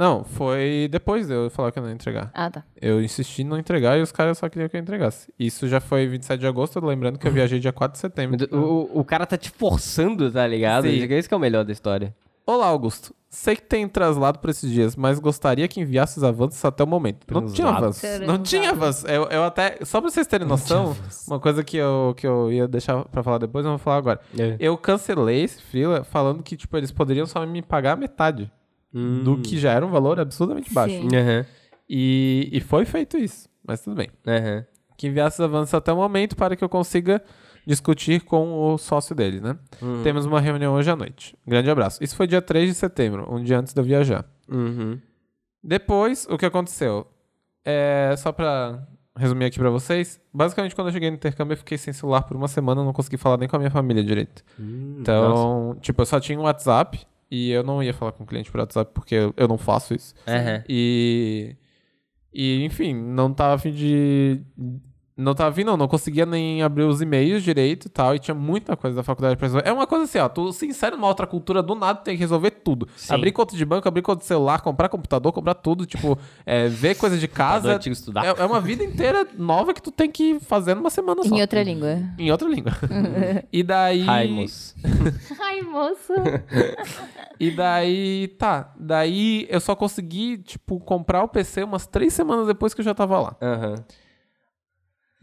Não, foi depois de eu falar que eu não ia entregar. Ah, tá. Eu insisti em não entregar e os caras só queriam que eu entregasse. Isso já foi 27 de agosto, lembrando uh, que eu viajei dia 4 de setembro. O, o- o cara tá te forçando, tá ligado? Sim. Isso que é o melhor da história. Olá, Augusto. Sei que tem traslado por esses dias, mas gostaria que enviasse os avanços até o momento. Não tinha Translado. avanços. Não tinha avanços. Eu, eu até. Só pra vocês terem noção, uma coisa que eu, que eu ia deixar pra falar depois, eu vou falar agora. É. Eu cancelei esse freela falando que, tipo, eles poderiam só me pagar a metade Hum. do que já era um valor absurdamente baixo. Sim. Aham, E, e foi feito isso, mas tudo bem. aham. Que enviasse os avanços até o momento para que eu consiga discutir com o sócio dele, né? Temos uma reunião hoje à noite. Grande abraço. Isso foi dia 3 de setembro, um dia antes de eu viajar. Uhum. Depois, o que aconteceu? É, só pra resumir aqui pra vocês, basicamente quando eu cheguei no intercâmbio eu fiquei sem celular por uma semana, não consegui falar nem com a minha família direito. então, tipo, eu só tinha um WhatsApp e eu não ia falar com o cliente por WhatsApp porque eu- eu não faço isso. Aham. E. E, enfim, não tava a fim de. Não tava afim, não. Não conseguia nem abrir os e-mails direito e tal. E tinha muita coisa da faculdade pra resolver. É uma coisa assim, ó. Tu se insere numa outra cultura, do nada tem que resolver tudo. Abrir conta de banco, abrir conta de celular, comprar computador, comprar tudo. Tipo, é, ver coisa de casa. antigo estudar. É, é uma vida inteira nova que tu tem que fazer numa semana só. Em outra língua. Em outra língua. e daí. Raimos. [LAUGHS] Ai, moço. E daí, tá. Daí eu só consegui, tipo, comprar o PC umas três semanas depois que eu já tava lá. Aham.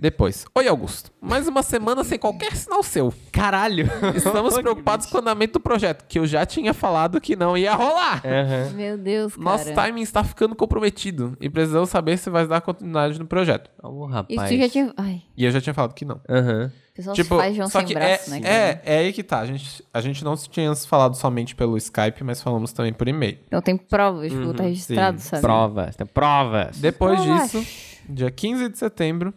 Depois. Oi, Augusto. Mais uma semana sem qualquer sinal seu. Caralho! Estamos preocupados com o andamento do projeto, que eu já tinha falado que não ia rolar. Aham. Meu Deus, cara. Nosso timing está ficando comprometido e precisamos saber se vai dar continuidade no projeto. Ô, Isso rapaz. tu já tinha... Ai, E eu já tinha falado que não. Aham. o pessoal tipo, se faz João só sem que braço, é, né? cara? é, é aí que tá. A gente, a gente não tinha falado somente pelo Skype, mas falamos também por e-mail. Não tem provas, tipo, tá registrado, sabe? Provas, tem provas. Depois Eu disso, dia 15 de setembro.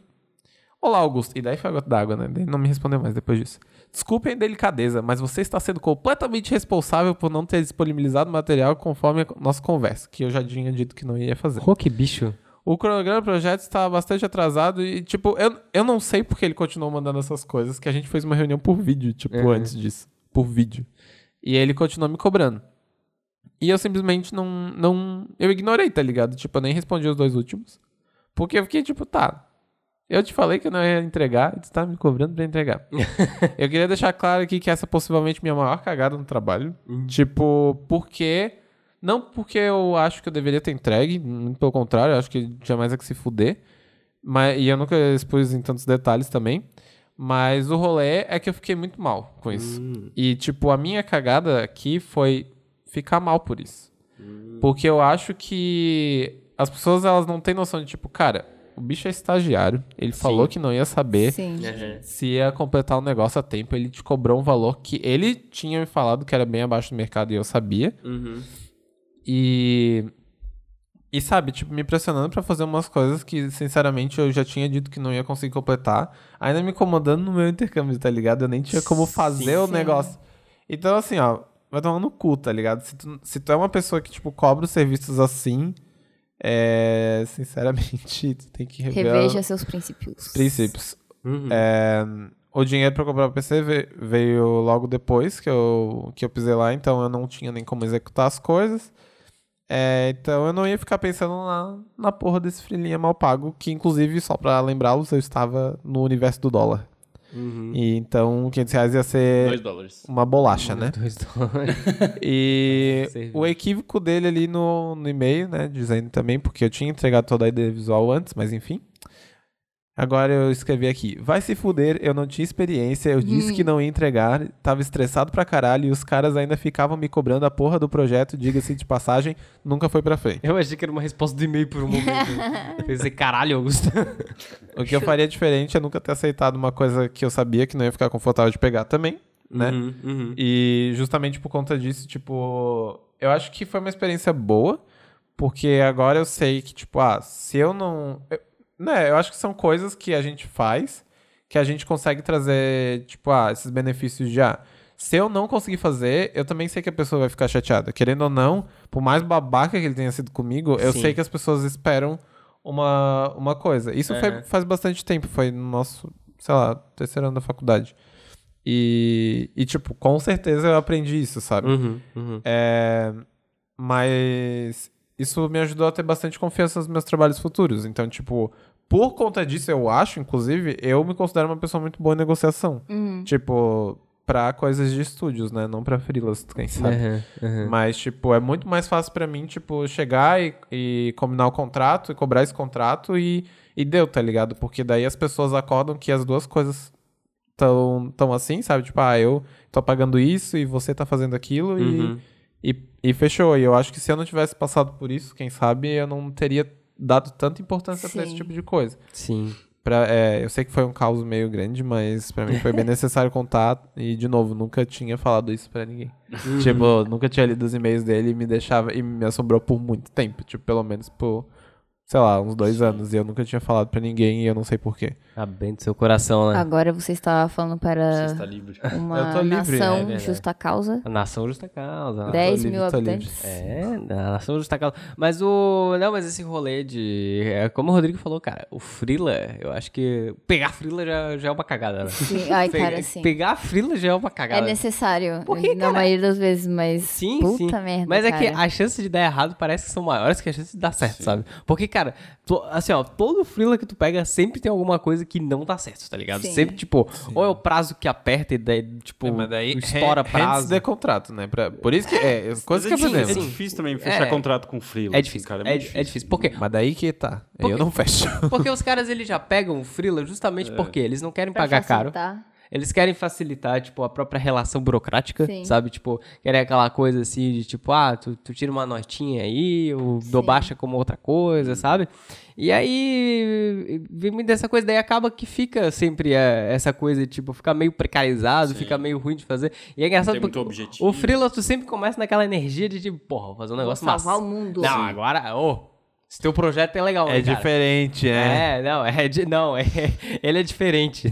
Olá, Augusto. E daí foi a gota d'água, né? Daí Não me respondeu mais depois disso. Desculpe a indelicadeza, mas você está sendo completamente responsável por não ter disponibilizado material conforme a nossa conversa, que eu já tinha dito que não ia fazer. Pô, que bicho. O cronograma do projeto está bastante atrasado e, tipo, eu, eu não sei porque ele continuou mandando essas coisas, que a gente fez uma reunião por vídeo, tipo, Uhum. antes disso. Por vídeo. E ele continuou me cobrando. E eu simplesmente não, não. Eu ignorei, tá ligado? Tipo, eu nem respondi os dois últimos. Porque eu fiquei tipo, tá. Eu te falei que eu não ia entregar e tu tá me cobrando pra entregar. eu queria deixar claro aqui que essa é possivelmente minha maior cagada no trabalho. Tipo, porque. Não porque eu acho que eu deveria ter entregue, muito pelo contrário, eu acho que jamais é que se fuder. Mas, e eu nunca expus em tantos detalhes também. Mas o rolê é que eu fiquei muito mal com isso. E, tipo, a minha cagada aqui foi ficar mal por isso. Porque eu acho que as pessoas elas não têm noção de, tipo, cara, o bicho é estagiário, ele falou que não ia saber Sim. se ia completar o negócio a tempo. Ele te cobrou um valor que ele tinha me falado que era bem abaixo do mercado e eu sabia. Uhum. E. E sabe, tipo, me pressionando pra fazer umas coisas que, sinceramente, eu já tinha dito que não ia conseguir completar. Ainda me incomodando no meu intercâmbio, tá ligado? Eu nem tinha como fazer o Sim. negócio. Então, assim, ó, vai tomar no cu, tá ligado? Se tu, se tu é uma pessoa que, tipo, cobra os serviços assim, é. Sinceramente, tu tem que rever Reveja os seus princípios. princípios. Uhum. É, o dinheiro pra comprar o PC ve- veio logo depois que eu, que eu pisei lá, então eu não tinha nem como executar as coisas. É, então eu não ia ficar pensando na, na porra desse frilinha mal pago, que inclusive, só pra lembrá-los, eu estava no universo do dólar. Uhum. E então 500 reais ia ser dólares. uma bolacha, né? Dois [LAUGHS] dólares. E Serviço. É, o equívoco dele ali no, no e-mail, né? Dizendo também, porque eu tinha entregado toda a ideia visual antes, mas enfim. Agora eu escrevi aqui. Vai se fuder, eu não tinha experiência, eu disse que não ia entregar, tava estressado pra caralho e os caras ainda ficavam me cobrando a porra do projeto, diga-se de passagem, nunca foi pra frente. Eu achei que era uma resposta do e-mail por um [LAUGHS] momento. Pensei, caralho, Augusto. O que eu faria diferente é nunca ter aceitado uma coisa que eu sabia que não ia ficar confortável de pegar também, né? Uhum, E justamente por conta disso, tipo, eu acho que foi uma experiência boa, porque agora eu sei que, tipo, ah, se eu não. eu- né, eu acho que são coisas que a gente faz que a gente consegue trazer, tipo, ah, esses benefícios já. Se eu não conseguir fazer, eu também sei que a pessoa vai ficar chateada. Querendo ou não, por mais babaca que ele tenha sido comigo, eu Sim. sei que as pessoas esperam uma, uma coisa. Isso foi- Aham. faz bastante tempo, foi no nosso, sei lá, terceiro ano da faculdade. E, e, tipo, com certeza eu aprendi isso, sabe? Uhum, É, mas isso me ajudou a ter bastante confiança nos meus trabalhos futuros. Então, tipo, por conta disso, eu acho, inclusive, eu me considero uma pessoa muito boa em negociação. Tipo, pra coisas de estúdios, né? Não pra frilas, quem sabe. Aham, aham. Mas, tipo, é muito mais fácil pra mim, tipo, chegar e, e combinar o contrato e cobrar esse contrato e, e deu, tá ligado? Porque daí as pessoas acordam que as duas coisas tão, tão assim, sabe? Tipo, ah, eu tô pagando isso e você tá fazendo aquilo Uhum. e, e, e fechou. E eu acho que se eu não tivesse passado por isso, quem sabe, eu não teria dado tanta importância pra esse Sim. tipo de coisa. Sim. Pra, é, eu sei que foi um caos meio grande, mas pra mim [LAUGHS] foi bem necessário contar. E, de novo, nunca tinha falado isso pra ninguém. Uhum. tipo, nunca tinha lido os e-mails dele e me deixava. E me assombrou por muito tempo. Tipo, pelo menos por, sei lá, uns dois anos. E eu nunca tinha falado pra ninguém e eu não sei porquê. Tá bem do seu coração, né? Agora você está falando Você está para livre. Eu tô uma livre, é nação verdade. justa causa. A nação justa causa. né? 10 livre, mil Ah, tô livre. habitantes. É, a nação justa causa. Mas o. Não, mas esse rolê de. É como o Rodrigo falou, cara, o Frila, eu acho que. Pegar Frila já, já é uma cagada, né? Sim, [LAUGHS] Ai, Pe- cara, sim. Pegar Frila já é uma É cagada. necessário. Porque, na cara, maioria das vezes, mas. Sim, puta sim. merda. Mas é que cara. as chances de dar errado parece que são maiores que as chances de dar certo, sabe? Porque, cara, to- assim, ó, todo freela que tu pega sempre tem alguma coisa que não dá certo, tá ligado? Sim. Sempre, tipo, ou é o prazo que aperta e daí, tipo, estoura prazo. É, de contrato, né? Pra, por isso que é, [LAUGHS] é coisa que é é, difícil, é assim, problema. difícil também fechar É. contrato com freelancer. É difícil, assim, cara. cara. muito É, difícil. é difícil. Por quê? Mas daí que tá. Por Eu quê? não fecho. Porque os caras eles já pegam o freela justamente É. porque eles não querem Pra pagar caro. facilitar. Eles querem facilitar, tipo, a própria relação burocrática, Sim. sabe? Tipo, querem aquela coisa assim de tipo, ah, tu, tu tira uma notinha aí, eu dou baixa como outra Uhum. coisa, sabe? E aí vem muito dessa coisa, daí acaba que fica sempre é, essa coisa, tipo, fica meio precarizado, fica meio ruim de fazer. E é engraçado Tem muito porque objetivo. assim. o freela tu sempre começa naquela energia de tipo, porra, vou fazer um negócio massa. salvar o mundo. Não, Sim. agora, ô, esse teu projeto é legal, [LAUGHS] né, É cara? diferente, né? É, não, é de, não, [LAUGHS] é, ele é diferente.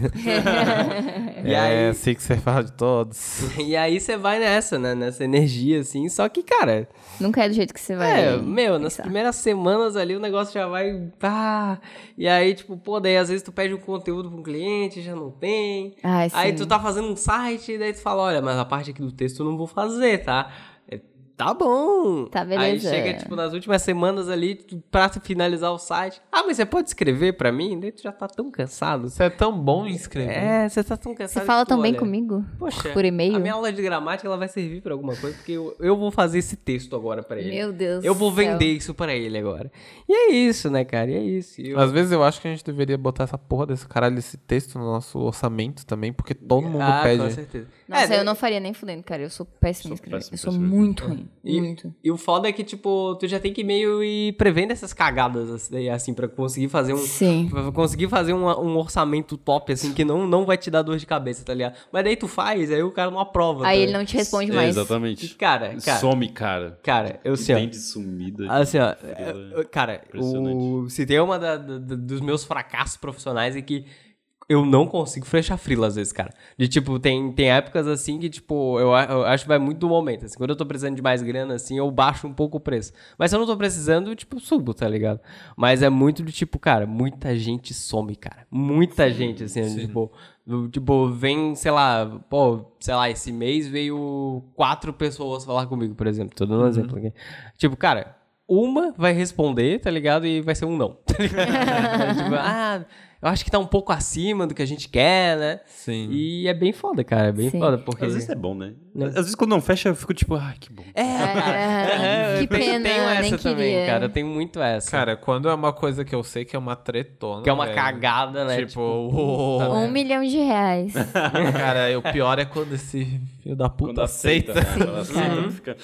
e é aí, assim que você fala de todos. e aí você vai nessa, né? Nessa energia, assim. Só que, cara, [LAUGHS] Nunca é do jeito que você vai. é, meu, nas pensar. primeiras semanas ali o negócio já vai. Pá, e aí, tipo, pô, daí às vezes tu pede um conteúdo pra um cliente, já não tem. Ai, Aí sim. tu tá fazendo um site, daí tu fala, olha, mas a parte aqui do texto eu não vou fazer, tá? É, Tá bom. Tá, Aí beleza. chega, tipo, nas últimas semanas ali, tu- pra finalizar o site. Ah, mas você pode escrever pra mim? Daí tu já tá tão cansado. Você é tão bom em escrever. É, você tá tão cansado. Você fala que tu tão bem olha, comigo? Poxa, Por e-mail? É. A minha aula de gramática ela vai servir pra alguma coisa, porque eu, eu vou fazer esse texto agora pra ele. Meu Deus. Eu vou do céu. vender isso pra ele agora. E é isso, né, cara? E é isso. E eu- Às vezes eu acho que a gente deveria botar essa porra desse caralho, esse texto no nosso orçamento também, porque todo mundo ah, com pede. certeza. Nossa, É, eu não faria nem fudendo, cara. Eu sou péssimo em escrever. péssimo eu pra sou escrever. muito ruim. E, Muito. e o foda é que, tipo, tu já tem que meio ir prevendo essas cagadas, assim, assim pra conseguir fazer um. Sim. pra conseguir fazer um, um orçamento top, assim, que não, não vai te dar dor de cabeça, tá ligado? Mas daí tu faz, aí o cara não aprova. Aí tá ele não te responde É, mais. Exatamente. E, cara, cara- Some, cara. Cara, eu sei. ó. Tem de sumida. Ah, Assim, ó, Frila. eu- cara, Impressionante. o- se tem uma da- da- da- dos meus fracassos profissionais é que eu não consigo fechar frila às vezes, cara. De tipo, tem, tem épocas assim que, tipo, eu, a- eu acho que vai muito do momento. Assim, quando eu tô precisando de mais grana, assim, eu baixo um pouco o preço. Mas se eu não tô precisando, eu, tipo, subo, tá ligado? Mas é muito do tipo, cara, muita gente some, cara. Muita gente, assim, tipo, do- tipo, vem, sei lá, pô, sei lá, esse mês veio quatro pessoas falar comigo, por exemplo. Tô dando um exemplo aqui. Tipo, cara, uma vai responder, tá ligado? E vai ser um não. [LAUGHS] Tá ligado? [LAUGHS] tipo, ah, eu acho que tá um pouco acima do que a gente quer, né? Sim. E é bem foda, cara. É bem Sim. foda, porque. Às vezes é bom, né? Né? Às vezes quando não fecha, eu fico tipo, ah, que bom. É, [LAUGHS] [LAUGHS] É, que eu tenho- pena, tenho essa nem também, queria. cara. Eu tenho muito essa. Cara, quando é uma coisa que eu sei que é uma tretona. que é uma velho, cagada, né? Tipo, [LAUGHS] uou, É. Um milhão de [LAUGHS] reais. cara, e o pior é quando esse filho da puta Quando aceita. aceita. né? Quando aceita, É. fica...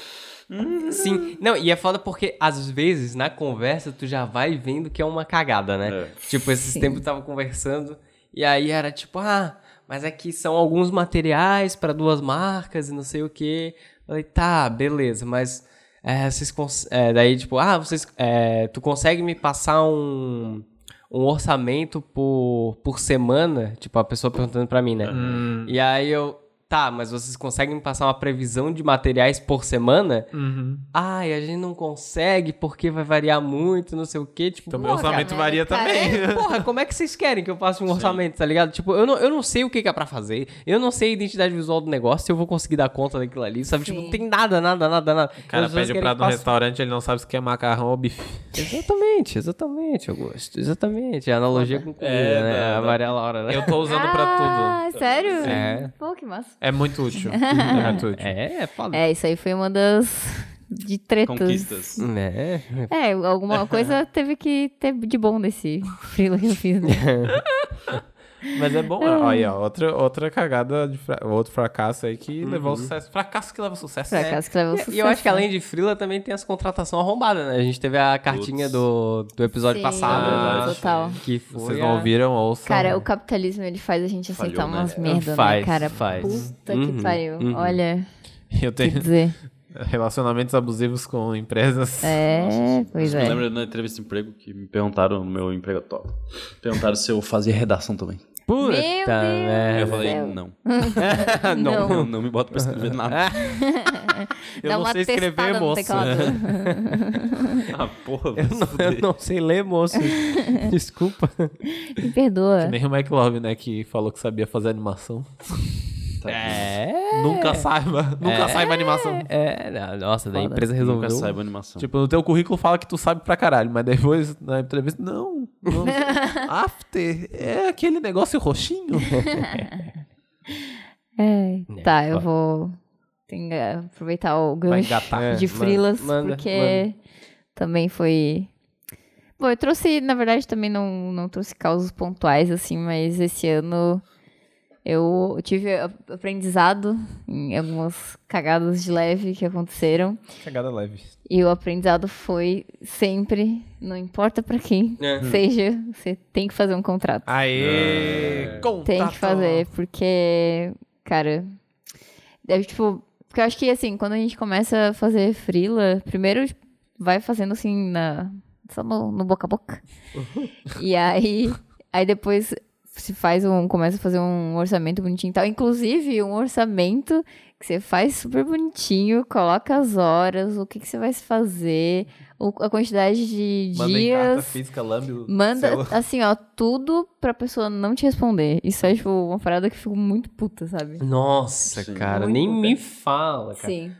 Sim, não, e é foda porque às vezes na conversa tu já vai vendo que é uma cagada, né? É. Tipo, esses Sim. tempos eu tava conversando e aí era tipo, ah, mas aqui são alguns materiais pra duas marcas e não sei o quê. Eu falei, tá, beleza, mas é, vocês cons- é, daí tipo, ah, vocês é, tu consegue me passar um um orçamento por, por semana, tipo a pessoa perguntando pra mim, né? Uhum. E aí eu, tá, mas vocês conseguem me passar uma previsão de materiais por semana? Uhum. Ai, a gente não consegue porque vai variar muito, não sei o quê. Tipo, Então, meu porra, orçamento cara, varia cara, também. [LAUGHS] é, porra, como é que vocês querem que eu faça um orçamento, tá ligado? Tipo, eu não, eu não sei o que, que é pra fazer, eu não sei a identidade visual do negócio, se eu vou conseguir dar conta daquilo ali, sabe? Tipo, Sim. não tem nada, nada, nada, nada. O cara As pessoas pede querem pra que no faça- restaurante, ele não sabe se quer macarrão ou bife. Exatamente, exatamente, Augusto, exatamente. É a analogia com comida, É, né? dá, a dá. Maria Laura, né? [LAUGHS] Eu tô usando pra tudo. Ah, sério? É. Pô, que massa. É muito útil. é muito útil. É, é foda. É, isso aí foi uma das de tretas. Conquistas. É. [LAUGHS] É, alguma coisa teve que ter de bom nesse [LAUGHS] frila que eu fiz. Né? Mas é bom. Olha aí, ó, outra, outra cagada, de fra- outro fracasso aí que levou ao sucesso. Fracasso que leva ao sucesso. Pra acaso que leva ao E- E eu sucesso, acho que né? além de Frila também tem as contratação arrombada, né? A gente teve a cartinha do, do episódio Sim, passado. verdade. Total. Que foi Ah, Vocês a- não ouviram, ouçam. Cara, o capitalismo ele faz a gente aceitar Falhou, né? umas merda, Faz, né, cara? faz. Puta que pariu. Olha, [LAUGHS] Eu que tenho dizer. relacionamentos abusivos com empresas. É, pois Eu é. lembro na entrevista de emprego que me perguntaram no meu emprego atual. Perguntaram se eu fazia redação também. Puta Meu Deus. Aí merda. eu falei, céu. não. [LAUGHS] Não. não. me bota pra escrever nada. Eu é. Dá não uma sei escrever, testada no moça. teclado. ah, porra, vai Eu se não, eu fuder. não sei ler, [LAUGHS] moço. Desculpa. Me perdoa. Nem o McLovin, né, que falou que sabia fazer animação. Tá. É. Nunca saiba. Nunca saiba animação. É, não, nossa, daí a Foda. empresa resolveu. Nunca saiba animação. Tipo, no teu currículo fala que tu sabe pra caralho, mas depois na entrevista, não. não. After é aquele negócio roxinho. É, É, tá, eu foda. vou tem, eh, aproveitar o Vai gancho engatar. de frilas, manda, porque também foi. Bom, eu trouxe, na verdade, também não, não trouxe causas pontuais, assim, mas esse ano eu tive a- aprendizado em algumas cagadas de leve que aconteceram. Cagada leve. E o aprendizado foi sempre, não importa pra quem É. seja, você tem que fazer um contrato. Aê! Contato. Tem que fazer, porque, cara, deve, tipo, porque eu acho que, assim, quando a gente começa a fazer frila, primeiro tipo, vai fazendo, assim, na, só no, no boca a [LAUGHS] boca. e aí, aí depois se faz um, começa a fazer um orçamento bonitinho e tal. Inclusive, um orçamento que você faz super bonitinho, coloca as horas, o que, que você vai se fazer, o- a quantidade de Manda em carta dias. física, lambe o Manda, selo. assim, ó, tudo pra pessoa não te responder. Isso é, tipo, uma parada que eu fico muito puta, sabe? Nossa, Sim. cara, Muito nem bem. me fala, cara. Sim.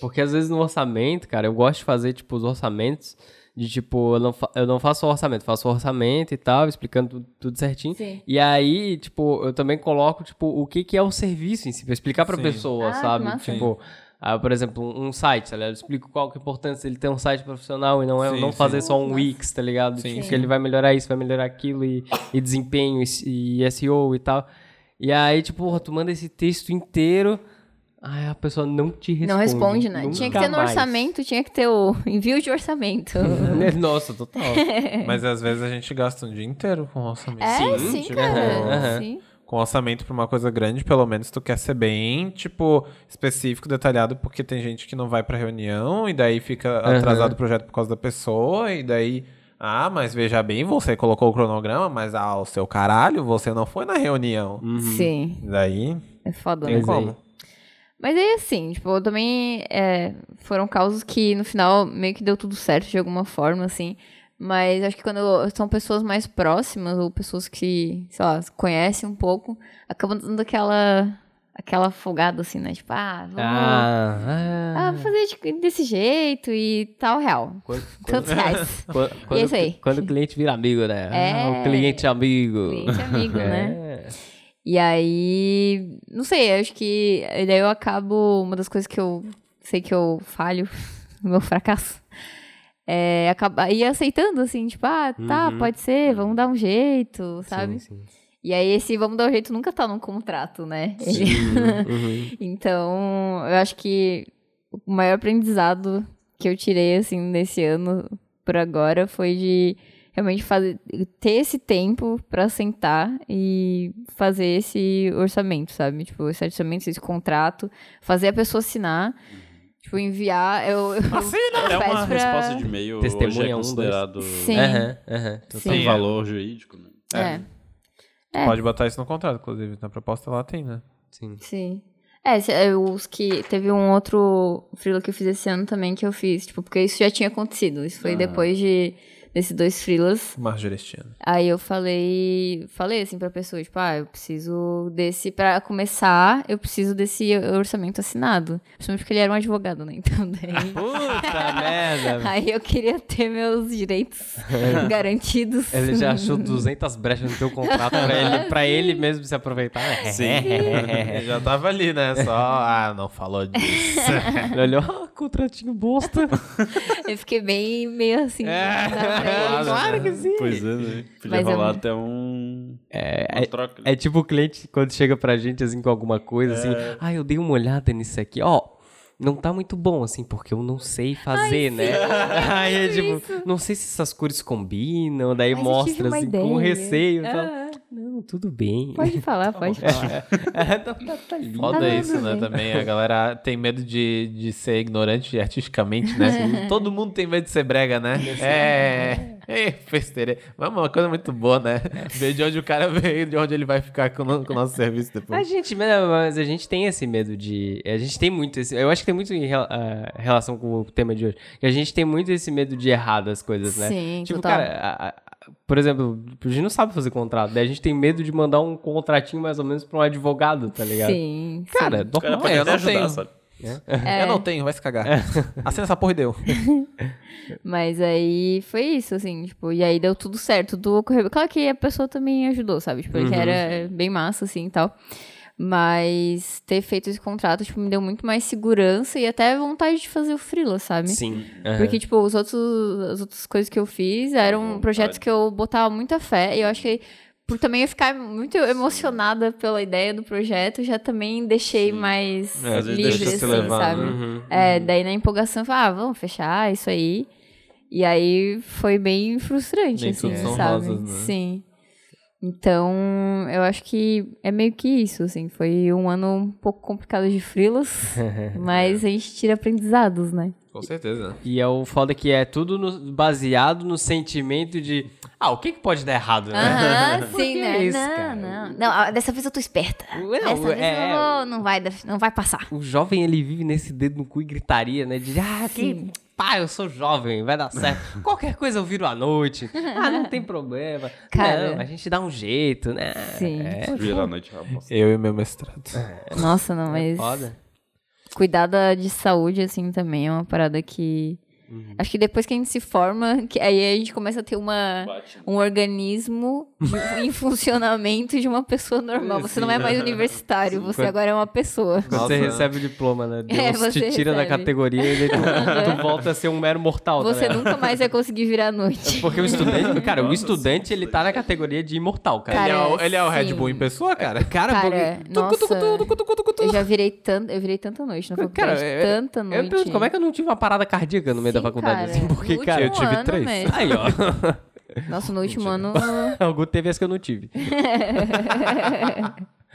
Porque às vezes no orçamento, cara, eu gosto de fazer, tipo, os orçamentos de, tipo, eu não, fa- eu não faço o orçamento, faço o orçamento e tal, explicando tu- tudo, certinho. Sim. E aí, tipo, eu também coloco, tipo, o que que é o serviço em si, pra explicar pra Sim. pessoa, Ah, que sabe? massa. Tipo, ah, por exemplo, um um site, tá ligado? Eu explico qual que é a importância ele ter um site profissional e não, é, Sim, não sim. fazer só um Nossa. Wix, tá ligado? Sim, tipo, sim. que ele vai melhorar isso, vai melhorar aquilo e, e desempenho e, e SEO e tal. E aí, tipo, porra, tu manda esse texto inteiro, aí a pessoa não te responde. Não responde, né? Nunca Tinha que ter no mais. orçamento, tinha que ter o envio de orçamento. [LAUGHS] Nossa, total. Mas às vezes a gente gasta um dia inteiro com orçamento. [LAUGHS] é, Sim, sim, tipo, cara. aham. Sim. Com orçamento pra uma coisa grande, pelo menos tu quer ser bem, tipo, específico, detalhado, porque tem gente que não vai pra reunião e daí fica Aham. atrasado o projeto por causa da pessoa e daí... Ah, mas veja bem, você colocou o cronograma, mas ah, o seu caralho, você não foi na reunião. Sim. Daí, É foda, Tem né? Mas como? aí- Mas aí, assim, tipo, eu também é, foram causos que no final meio que deu tudo certo de alguma forma, assim. Mas acho que quando são pessoas mais próximas ou pessoas que, sei lá, se conhecem um pouco, acabam dando aquela, aquela folgada, assim, né? Tipo, ah, vamos, Ah, ah, vou fazer de- desse jeito e tal, real. Quando, Tantos reais. quando- E é isso aí. quando o cliente vira amigo, né? Ah, É. o cliente amigo. Cliente amigo, né? É. E aí, não sei, acho que e daí eu acabo, uma das coisas que eu sei que eu falho, [LAUGHS] no meu fracasso, é acabar ir aceitando, assim, tipo, ah, tá, pode ser, vamos dar um jeito, sabe? Sim, sim. E aí esse vamos dar um jeito nunca tá num contrato, né? [LAUGHS] Ele- Uhum. então, eu acho que o maior aprendizado que eu tirei, assim, desse ano por agora foi de realmente fazer, ter esse tempo pra sentar e fazer esse orçamento, sabe? Tipo, esse orçamento, esse contrato, fazer a pessoa assinar, tipo, enviar. Eu, eu Até peço Tipo, é uma pra- resposta de e-mail hoje Testemunha é um, dois. considerado Sim. Aham, aham. Sim. tem valor jurídico, né? É. É. Pode botar isso no contrato, inclusive. Na proposta lá tem, né? Sim. Sim. É, se- é, os que. Teve um outro frila que eu fiz esse ano também que eu fiz, tipo, porque isso já tinha acontecido. Isso foi depois de nesses dois frilas. Marjorestiano. Aí eu falei, falei assim pra pessoa, tipo, ah, eu preciso desse, pra começar, eu preciso desse orçamento assinado. Principalmente porque ele era um advogado, né? [LAUGHS] Então [LAUGHS] daí... Puta merda. Aí eu queria ter meus [LAUGHS] direitos garantidos. Ele já achou 200 brechas no teu contrato pra ele, pra ele mesmo se aproveitar. É. [LAUGHS] Ele já tava ali, né? Só, ah, não falou disso. Ele olhou, ah, contratinho bosta. [LAUGHS] Eu fiquei bem meio assim. É, [LAUGHS] pra ele. claro que sim. Pois é, né? Podia Mas é rolar um- até um. É, Uma troca. É tipo o cliente quando chega pra gente, assim, com alguma coisa, assim, ah, eu dei uma olhada nisso aqui, ó, não tá muito bom, assim, porque eu não sei fazer, né? [LAUGHS] Aí é tipo, não sei se essas cores combinam, daí Mas eu tive mostra, uma assim, com ideia. receio. fala, É, Ah, não, tudo bem. [LAUGHS] pode falar, pode falar. tá, tá, tá lindo. Foda Tá isso, tudo né? bem. Também a galera tem medo de, de ser ignorante artisticamente, [LAUGHS] né? Todo mundo tem medo de ser brega, né? É. É, festeira. Mas é uma coisa muito boa, né? Ver de onde o cara veio e de onde ele vai ficar com o no- com o nosso serviço A depois. gente, né, mas a gente tem esse medo de. A gente tem muito esse. Eu acho que tem muito em rela- ah, relação com o tema de hoje. Que a gente tem muito esse medo de errar das coisas, né? Sim, tipo, total. cara, a- a- por exemplo, a gente não sabe fazer contrato, daí a gente tem medo de mandar um contratinho mais ou menos pra um advogado, tá ligado? Sim. Cara, Cara, normal, pode eu até não ajudar, tenho. sabe? Eu não tenho, vai se cagar. Assina essa porra e deu. Mas aí foi isso, assim, tipo, e aí deu tudo certo, tudo ocorreu. Claro que a pessoa também ajudou, sabe? Tipo, Uhum. ele era bem massa, assim e tal. Mas ter feito esse contrato, tipo, me deu muito mais segurança e até vontade de fazer o freela, sabe? Sim. aham. Porque, tipo, os outros, as outras coisas que eu fiz eram projetos que eu botava muita fé. E eu acho que, por também eu ficar muito emocionada pela ideia do projeto, já também deixei mais É, às vezes livre, deixa se assim, levar, sabe? né? Uhum. É, daí na empolgação eu falava, ah, vamos fechar isso aí. E aí foi bem frustrante, Nem assim, tudo são sabe? rosas, né? Sim. Então, eu acho que é meio que isso, assim. Foi um ano um pouco complicado de frilas, mas a gente tira aprendizados, né? Com certeza. E é o foda que é tudo no- baseado no sentimento de. Ah, o que, que pode dar errado, né? [LAUGHS] [LAUGHS] Aham, Por que sim, né? isso, não, cara? não. Não, ah, dessa vez eu tô esperta. Ué, Dessa vez é- eu vou- não vai, dar- não vai passar. O jovem, ele vive nesse dedo no cu e gritaria, né? De, ah, que... Pá, eu sou jovem, vai dar [LAUGHS] certo. Qualquer coisa eu viro à noite. Ah, não tem problema. Cara. Não, a gente dá um jeito, né? Sim. Vira a noite, rapaz. Eu e meu mestrado. Nossa, não, mas. É Foda. cuidar da, de saúde, assim, também é uma parada que. Uhum. Acho que depois que a gente se forma, que aí a gente começa a ter uma, um organismo [LAUGHS] de- em funcionamento de uma pessoa normal. Você não é mais universitário, você agora é uma pessoa. Quando você recebe o diploma, né? Deus É, te você tira da recebe. categoria e daí tu, tu volta a ser um mero mortal, tá Você ligado? É nunca mais vai conseguir virar à noite. Porque [LAUGHS] o estudante, cara, o estudante, ele tá na categoria de imortal, cara. Cara, Ele é o, ele é o Red sim. Bull em pessoa, cara. Cara, Cara, é porque- nossa, eu já virei tanto, eu virei tanta noite na faculdade, Cara, é- tanta noite. eu pergunto, como é que eu não tive uma parada cardíaca no meio da Sim, faculdade? cara. assim? Porque, No cara, eu último tive ano três. mesmo. Aí, ó. Nossa, no último ano, Algum teve as que eu não tive.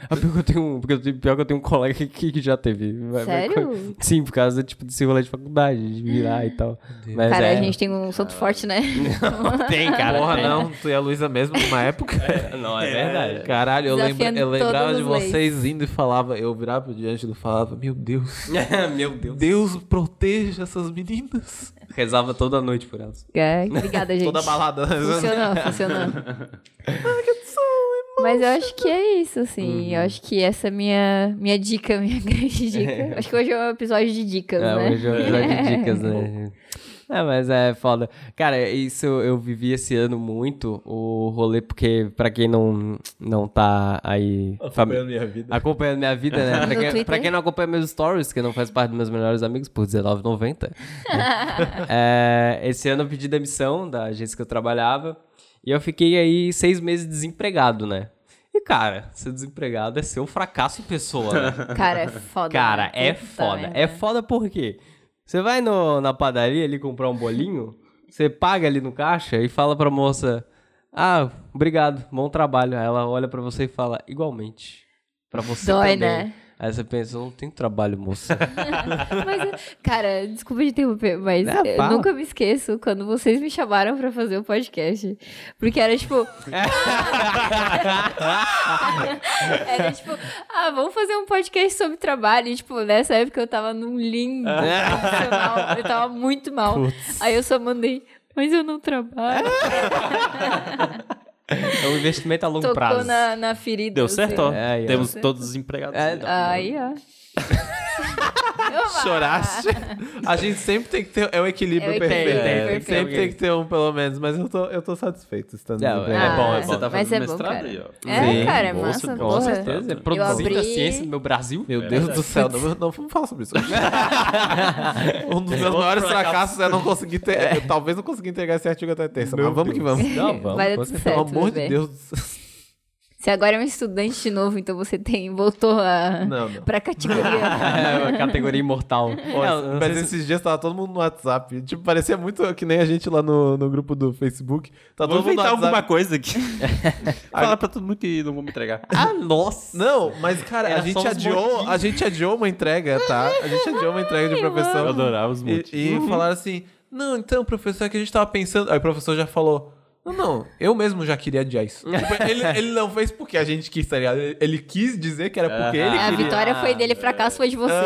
Ah, pior que eu tenho, um- porque eu tenho- pior que eu tenho um colega que, que já teve. Vai- vai- Sério? co- Sim, por causa tipo, desse rolê de faculdade, de virar e tal. Mas cara, é, a gente tem um santo [LAUGHS] forte, né? tem, cara. Porra, tem. não. Tu e a Luísa mesmo numa época. Não, é verdade. Caralho, eu, lembra- Desafiando eu lembrava todas de as leis. vocês indo e falava, eu virava pro Diângelo e falava, meu Deus, [LAUGHS] Meu Deus. Deus proteja essas meninas. Rezava toda noite por elas. É, obrigada, gente. Toda balada. [LAUGHS] Funcionou, funcionou. Mas eu acho que é isso, assim. Uhum. Eu acho que essa é minha, minha dica, minha [LAUGHS] grande dica. Acho que hoje é um episódio de dicas, É, né? hoje é um episódio de dicas, [LAUGHS] né? É, mas é foda. Cara, isso eu vivi esse ano muito, o rolê, porque pra quem não, não tá aí... fami- minha vida. Acompanhando minha vida, [LAUGHS] né? Pra quem, Twitter. pra quem não acompanha meus stories, que não faz parte dos meus melhores amigos, por R$19,90. [LAUGHS] é, esse ano eu pedi demissão da agência que eu trabalhava. E eu fiquei aí seis meses desempregado, né? E, cara, ser desempregado é ser um fracasso em pessoa, né? Cara, é foda. Cara, né? é Puta foda. merda. É foda por quê? Você vai no- na padaria ali comprar um bolinho, você paga ali no caixa e fala pra moça: Ah, obrigado, bom trabalho. Aí ela olha pra você e fala: Igualmente. Pra você Dói, também. né? Aí você pensa: Eu não tenho trabalho, moça. [LAUGHS] Mas, cara, desculpa de interromper, mas Não, eu fala. nunca me esqueço quando vocês me chamaram pra fazer o podcast. Porque [LAUGHS] era tipo. era tipo, ah, vamos fazer um podcast sobre trabalho. E, tipo, nessa [LAUGHS] época eu tava num lindo profissional. Eu tava muito mal. Aí eu só mandei. "Mas Mas eu não trabalho. É um investimento a longo Tocou prazo. na, na ferida. Deu assim. certo, ó. É, aí, ó. Temos todos os empregados. É, né? Aí, ó. Oba! Choraste? A gente sempre tem que ter. É o equilíbrio É o perfeito. equilíbrio É, perfeito. Sempre tem que ter um, pelo menos. Mas eu tô, eu tô satisfeito estando Não, desempregado. é bom, é bom. Você tá Mas fazendo é bom, mestrado cara. aí, ó. É, Sim. cara, é Bolsa- massa, com porra. certeza. Beleza, Eu Produzindo a abri- ciência no meu Brasil. Meu Deus do céu, não, não vamos falar sobre isso. [LAUGHS] um dos meus maiores fracassos é não conseguir ter. eu talvez não consiga entregar esse artigo até terça, mas vamos que vamos. Não, vamos. tá- Vai dar com tudo certeza. certo. Pelo amor bebê. de Deus. do céu. Você agora é um estudante de novo, então você tem voltou a, Não, não. pra categoria. [LAUGHS] É, uma categoria imortal. É, eu não mas sei se- esses dias tava todo mundo no WhatsApp. Tipo, parecia muito que nem a gente lá no, no grupo do Facebook. Tá Vou todo mundo no inventar WhatsApp. alguma coisa [LAUGHS] aqui. Fala pra todo mundo que não vou me entregar. Ah, nossa! Não, mas cara, a Era só gente uns adiou, a gente adiou uma entrega, tá? A gente adiou uma entrega de professor. adorava os E, e falaram assim: Não, então, professor, é que a gente tava pensando. Aí o professor já falou: Não, não, eu mesmo já queria adiar isso. Tipo, ele, ele não fez porque a gente quis, tá ligado? Ele, ele quis dizer que era porque ele É A queria. vitória foi dele, fracasso foi de vocês.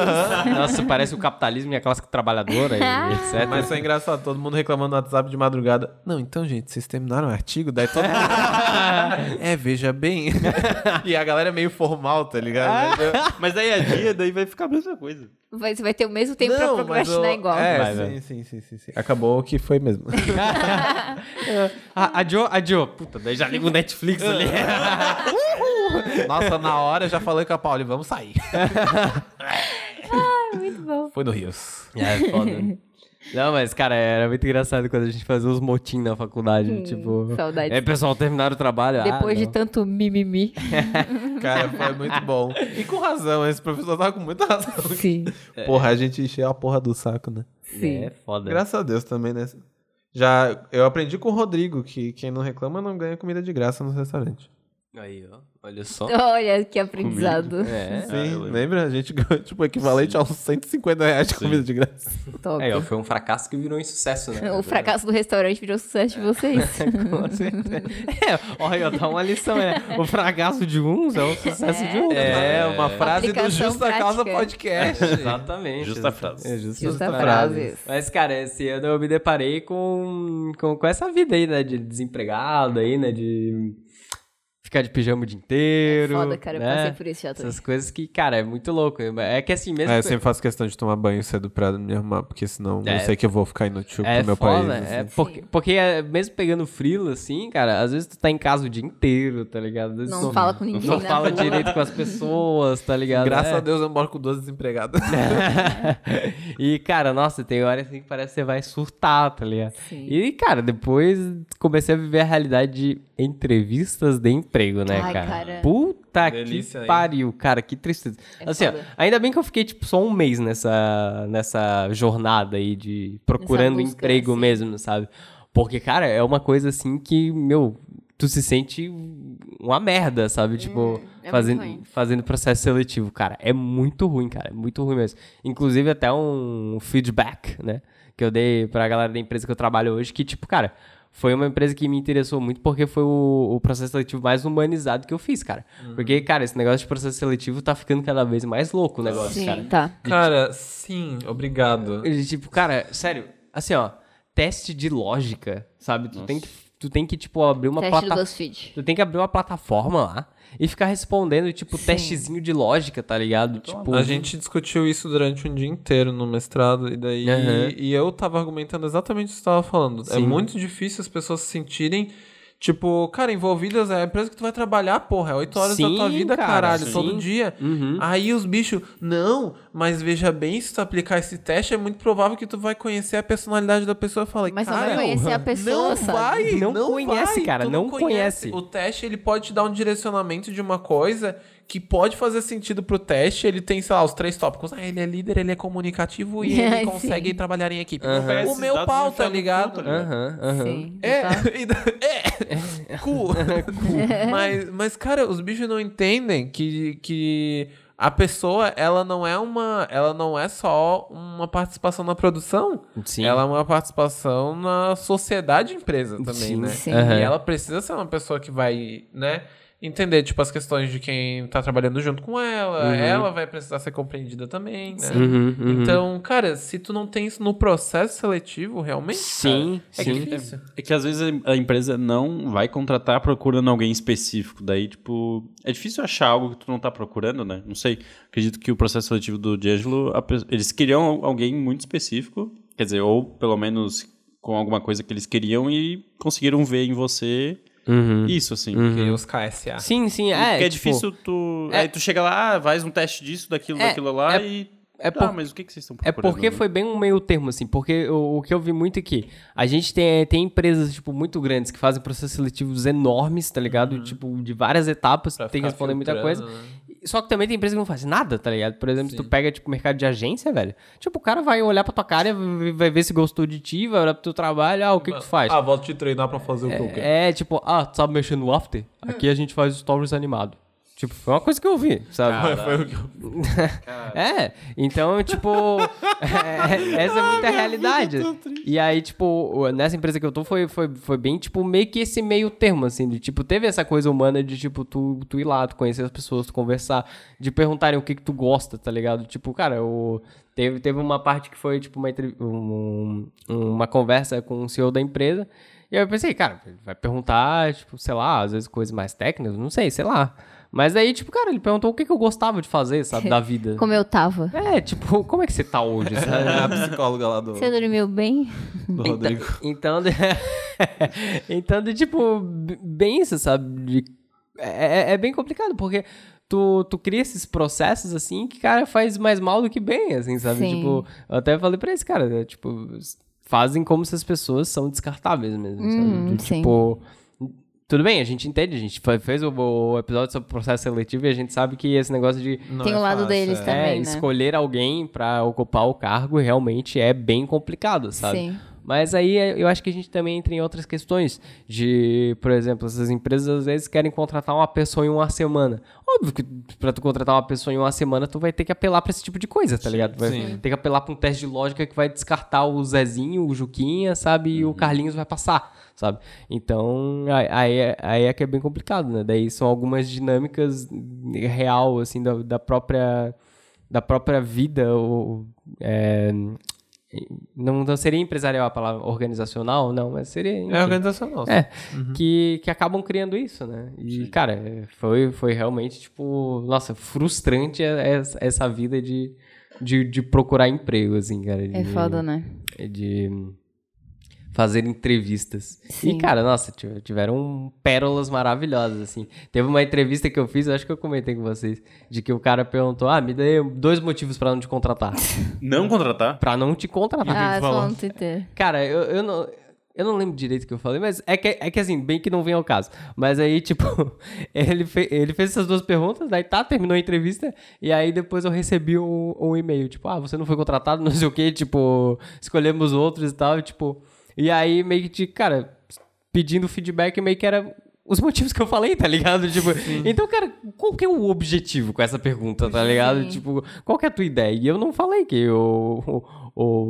Nossa, parece o capitalismo e a classe trabalhadora e etc. Mas isso é engraçado, todo mundo reclamando no WhatsApp de madrugada. Não, então, gente, vocês terminaram o artigo? Daí todo mundo. [LAUGHS] é, veja bem. e a galera é meio formal, tá ligado? Mas daí a É dia, daí vai ficar a mesma coisa. Vai- Você vai ter o mesmo tempo pra mas procrastinar eu- igual. É, Vai, sim, vai. Sim, sim, sim, sim. Acabou que foi mesmo. Ah, adiou, adiou. Puta, daí já liga o Netflix ali. [LAUGHS] Nossa, na hora eu já falei com a Pauli, vamos sair. Muito bom. Foi no Rios. [LAUGHS] É, foda. Não, mas, cara, era muito engraçado quando a gente fazia os motim na faculdade, tipo... saudades. É, pessoal, terminaram o trabalho. Ah, Depois de tanto mimimi. [LAUGHS] Cara, foi muito bom. E com razão, esse professor tava com muita razão. Sim, Porra, a gente encheu a porra do saco, né? sim. É, foda. Graças a Deus também, né? Já eu aprendi com o Rodrigo que quem não reclama não ganha comida de graça no restaurante. Aí, ó. Olha só. Olha que aprendizado. É. Sim, eu lembro. lembra? A gente ganhou, tipo, o equivalente a uns 150 reais de comida de graça. Top. Aí, ó, foi um fracasso que virou um sucesso, né? [LAUGHS] O fracasso do restaurante virou sucesso [LAUGHS] de vocês. [LAUGHS] Com certeza. [LAUGHS] É, olha, dá uma lição, né? O fracasso de uns é o sucesso de outros. É, uma frase do Aplicação Justa Causa prática. Podcast. Exatamente. Justa frase. É justa, Justa frase. frase. Mas, cara, esse ano eu me deparei com, com, com essa vida aí, né? De desempregado aí, né? De ficar de pijama o dia inteiro. É Foda, cara. Eu né? passei por isso já também. Essas coisas que, cara, é muito louco. É que assim mesmo. É, eu sempre faço questão de tomar banho cedo pra me arrumar, porque senão É. eu sei que eu vou ficar inútil É pro meu foda, país. é assim. porque, porque é, mesmo pegando frilo, assim, cara, às vezes tu tá em casa o dia inteiro, tá ligado? Às vezes Não tu fala com ninguém né? Não na fala rua. direito com as pessoas, tá ligado? Graças É. a Deus eu moro com duas desempregadas. [LAUGHS] e, cara, nossa, tem hora assim que parece que você vai surtar, tá ligado? Sim. E, cara, depois comecei a viver a realidade de entrevistas de emprego, né, Ai, cara? cara. Puta Delícia, que hein? pariu, cara, que tristeza. É assim, ó, foda. ainda bem que eu fiquei, tipo, só um mês nessa, nessa jornada aí de procurando busca, emprego sim. mesmo, sabe? Porque, cara, é uma coisa assim que, meu, tu se sente uma merda, sabe? Tipo, é fazendo, muito ruim. fazendo processo seletivo, cara. É muito ruim, cara. É muito ruim mesmo. Inclusive, até um feedback, né? Que eu dei pra galera da empresa que eu trabalho hoje, que, tipo, cara, foi uma empresa que me interessou muito porque foi o, o processo seletivo mais humanizado que eu fiz, cara. Uhum. Porque, cara, esse negócio de processo seletivo tá ficando cada vez mais louco o negócio, cara. Sim, tá. [LAUGHS] Cara, sim, obrigado. E, tipo, cara, sério, assim, ó, teste de lógica, sabe? Tu tem que, tu tem que tipo, abrir uma Teste do plataforma. BuzzFeed. Tu tem que abrir uma plataforma lá e ficar respondendo, tipo, testezinho de lógica, tá ligado? tipo, Então, A gente discutiu isso durante um dia inteiro no mestrado, e daí. Aham. E eu tava argumentando exatamente o que você tava falando. É Sim. muito difícil as pessoas se sentirem. Tipo, cara, envolvidas é a empresa que tu vai trabalhar, porra. É oito horas Sim, da tua vida, cara, caralho, sim. todo dia. Uhum. Aí os bichos, não, mas veja bem, se tu aplicar esse teste, é muito provável que tu vai conhecer a personalidade da pessoa. Eu falei, Mas só cara, vai conhecer a pessoa, não sabe? vai, Não não, conhece, vai, cara, tu não conhece. O teste, ele pode te dar um direcionamento de uma coisa que pode fazer sentido pro teste. Ele tem, sei lá, os três tópicos. Ah, ele é líder, ele é comunicativo [LAUGHS] e É, ele consegue trabalhar em equipe. Parece O esses meu dados pau, não tá enfiar no cu, ligado? tá Aham, aham. Sim. É, tá. [LAUGHS] e da- é, [LAUGHS] cu. [LAUGHS] É. mas, mas, cara, os bichos não entendem que, que a pessoa, ela não é uma. Ela não é só uma participação na produção. Sim. Ela é uma participação na sociedade empresa também, Sim, né? sim. Aham. E ela precisa ser uma pessoa que vai, né? entender, tipo, as questões de quem tá trabalhando junto com ela. Uhum. Ela vai precisar ser compreendida também, né? Então, cara, se tu não tem isso no processo seletivo, realmente, Sim, cara, é sim. difícil. É que às vezes a- a empresa não vai contratar procurando alguém específico. Daí, tipo, é difícil achar algo que tu não tá procurando, né? Não sei. Acredito que o processo seletivo do D'Angelo, a pe- eles queriam al- alguém muito específico. Quer dizer, ou pelo menos com alguma coisa que eles queriam e conseguiram ver em você isso, assim. Que os KSA. Uhum. Sim, sim, é. Porque é tipo, difícil tu. é- Aí tu chega lá, faz um teste disso, daquilo, É, daquilo lá é- e. é tá, por- mas o que, que vocês estão É procurando? porque né? foi bem um meio termo, assim, porque o, o que eu vi muito é que a gente tem, tem empresas, tipo, muito grandes que fazem processos seletivos enormes, tá ligado? Tipo, de várias etapas, tem que Uhum. ficar responder muita filtrando, coisa. né? Só que também tem empresa que não faz nada, tá ligado? Por exemplo, se tu pega, tipo, mercado de agência, velho. Tipo, o cara vai olhar pra tua cara, vai- vai ver se gostou de ti, vai olhar pro teu trabalho, ah, o que que tu faz? Ah, vou te treinar pra fazer o que eu quero. É, tipo, ah, tu sabe mexer no after? Aqui a gente faz stories animado. Tipo, foi uma coisa que eu vi, sabe? Foi o que eu... É, então, tipo, [LAUGHS] é, essa é muita realidade. E aí, tipo, o- nessa empresa que eu tô, foi, foi, foi bem, tipo, meio que esse meio termo, assim, de, tipo, teve essa coisa humana de, tipo, tu, tu ir lá, tu conhecer as pessoas, tu conversar, de perguntarem o que que tu gosta, tá ligado? Tipo, cara, o... Teve, teve uma parte que foi, tipo, uma, entrev- um- um- uma conversa com o CEO da empresa, e aí eu pensei, cara, vai perguntar, tipo, sei lá, às vezes coisas mais técnicas, não sei, sei lá. Mas aí, tipo, cara, ele perguntou o que que eu gostava de fazer, sabe, da vida. Como eu tava. É, tipo, [LAUGHS] como é que você tá hoje, sabe? A psicóloga lá do, Você dormiu bem? do Rodrigo. [LAUGHS] então, de- [LAUGHS] então de, tipo, b- bem isso, sabe? De- É, é- é bem complicado, porque tu, tu cria esses processos, assim, que, cara, faz mais mal do que bem, assim, sabe? Sim. Tipo, eu até falei pra esse cara, né? tipo, s- fazem como se as pessoas são descartáveis mesmo, Hum, sabe? De, sim. Tipo... Tudo bem, a gente entende, a gente fe- fez o- o episódio sobre processo seletivo e a gente sabe que esse negócio de Não Tem é o lado fácil, deles é. também, é, né? escolher alguém pra ocupar o cargo realmente é bem complicado, sabe? Sim. Mas aí é, eu acho que a gente também entra em outras questões de, por exemplo, essas empresas às vezes querem contratar uma pessoa em uma semana. Óbvio que pra tu contratar uma pessoa em uma semana, tu vai ter que apelar pra esse tipo de coisa, tá ligado? Vai sim. ter que apelar pra um teste de lógica que vai descartar o Zezinho, o Juquinha, sabe? Uhum. E o Carlinhos vai passar, sabe? Então, aí- aí, é- aí é que é bem complicado, né? Daí são algumas dinâmicas real, assim, da, da própria da própria vida ou é, não, não seria empresarial a palavra organizacional, não, mas seria. enfim. É organizacional. É, que, que acabam criando isso, né? E, cara, é, foi, foi realmente, tipo, nossa, frustrante essa, essa vida de, de, de procurar emprego, assim, cara. É de- foda, né? de fazer entrevistas. E, Sim. cara, nossa, tive- tiveram pérolas maravilhosas, assim. Teve uma entrevista que eu fiz, eu acho que eu comentei com vocês, de que o cara perguntou, ah, me dê dois motivos pra não te [LAUGHS] contratar. Não contratar? Pra não te contratar. Ah, falar. só no Twitter. Cara, eu, eu não... Eu não lembro direito o que eu falei, mas é que, é que assim, bem que não vem ao caso. Mas aí, [LAUGHS] tipo, ele, fe- ele fez essas duas perguntas, daí tá, terminou a entrevista, e aí depois eu recebi um, um e-mail, tipo, ah, você não foi contratado, [LAUGHS] não sei o quê, tipo, escolhemos outros e tal, e, tipo. E aí meio que, de- cara, pedindo feedback, meio que era os motivos que eu falei, tá ligado? Tipo, então, cara, qual que é o objetivo com essa pergunta, tá ligado? Sim. Tipo, qual que é a tua ideia? E eu não falei que eu, o-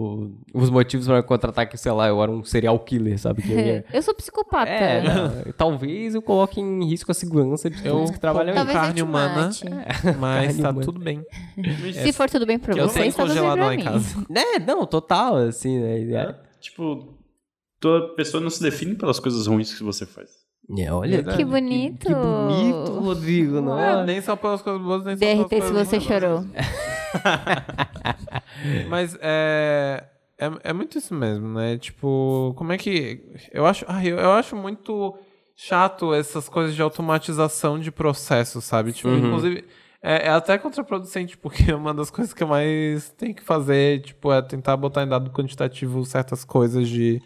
os motivos pra me contratar que, sei lá, eu era um serial killer, sabe? Que eu [LAUGHS] ia- É, Eu sou psicopata. É, [LAUGHS] não, talvez eu coloque em risco a segurança de todos que trabalham aí. Talvez eu Carne te humana. mate. Mas Carne tá humana. tudo bem. É. Se for tudo bem pra Eu você, tenho está tudo bem congelado pra lá mim. em casa. Né? Não, total, assim, né? Tipo, tua pessoa não se define pelas coisas ruins que você faz. É, olha, Que bonito. Ah. que bonito, Rodrigo, não É, é? nem só pelas coisas boas, nem só pelas DRT coisas se você ruins. né? chorou. [LAUGHS] Mas é, é. É muito isso mesmo, né? Tipo, como é que. Eu acho. Ai, eu, eu acho muito chato essas coisas de automatização de processo, sabe? Tipo, inclusive. É, é até contraproducente, porque [LAUGHS] uma das coisas que eu mais tenho que fazer, tipo, é tentar botar em dado quantitativo certas coisas de,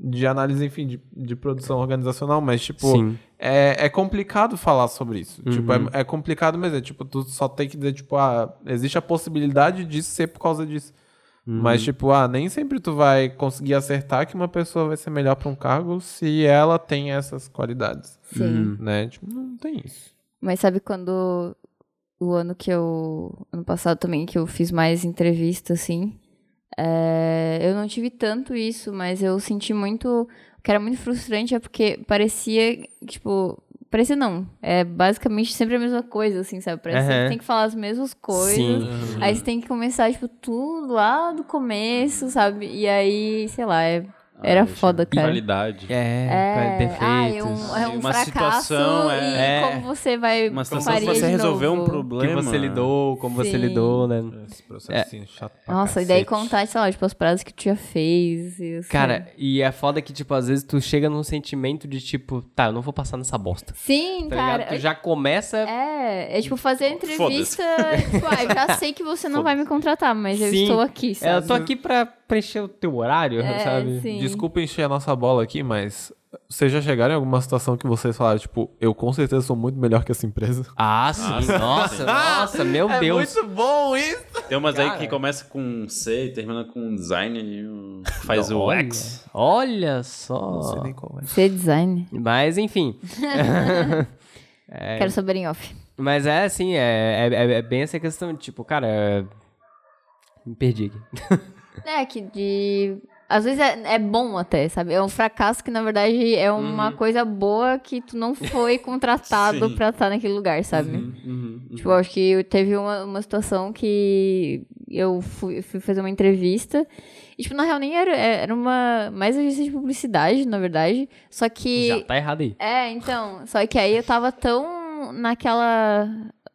de análise, enfim, de, de produção organizacional, mas, tipo, Sim. é, é complicado falar sobre isso. Uhum. Tipo, é, é complicado mesmo. É, tipo, tu só tem que dizer, tipo, ah, existe a possibilidade disso ser por causa disso. Uhum. Mas, tipo, ah, nem sempre tu vai conseguir acertar que uma pessoa vai ser melhor pra um cargo se ela tem essas qualidades. Sim. Né? Tipo, não tem isso. Mas sabe quando o ano que eu. Ano passado também, que eu fiz mais entrevista, assim. é, eu não tive tanto isso, mas eu senti muito. O que era muito frustrante é porque parecia, tipo, Parece não. É basicamente sempre a mesma coisa, assim, sabe? Parece que Aham. tem que falar as mesmas coisas. Sim. Aí você tem que começar, tipo, tudo lá do começo, sabe? E aí, sei lá, é- era foda, cara. Qualidade. É, É, ah, é defeitos. um, é um Uma fracasso situação, e é. É. como você vai Uma situação que faria você de resolveu um novo. problema. Que você lidou, como você Sim. lidou, né? Esse processinho chato pra Nossa, e daí cacete. contar, sei lá, tipo, as paradas que tu já fez. e assim. Cara, e é foda que, tipo, às vezes tu chega num sentimento de, tipo, tá, eu não vou passar nessa bosta. Sim, Tá cara. ligado? Tu já começa. É, é tipo fazer a Foda-se. entrevista. [LAUGHS] tipo, ah, eu já sei que você não vai me contratar, mas eu Sim. estou aqui, É, sabe? eu tô aqui pra preencher o teu horário, assim, É, sabe? sim. Desculpa encher a nossa bola aqui, mas vocês já chegaram em alguma situação que vocês falaram, tipo, eu com certeza sou muito melhor que essa empresa? Ah, sim. [LAUGHS] nossa, nossa, meu Deus. É muito bom isso! Tem umas aí Cara. que começa com C e termina com design e o- faz o Olha, X. Olha só. Não sei nem qual é. Ser design. Mas, enfim. É. Quero saber em off. Mas é assim, é, é, é- é bem essa questão de, tipo, cara. é- Me perdi aqui. É, que de. Às vezes é, é bom até, sabe? É um fracasso que, na verdade, é uma coisa boa que tu não foi contratado Uhum. [LAUGHS] Sim. Uhum. pra estar naquele lugar, sabe? Uhum. Tipo, eu acho que eu- teve uma, uma situação que eu fui, fui fazer uma entrevista. E, tipo, na real, nem era, era uma. Mais agência de publicidade, na verdade. Só que. Já tá errado aí. É, então. Só que aí eu tava tão naquela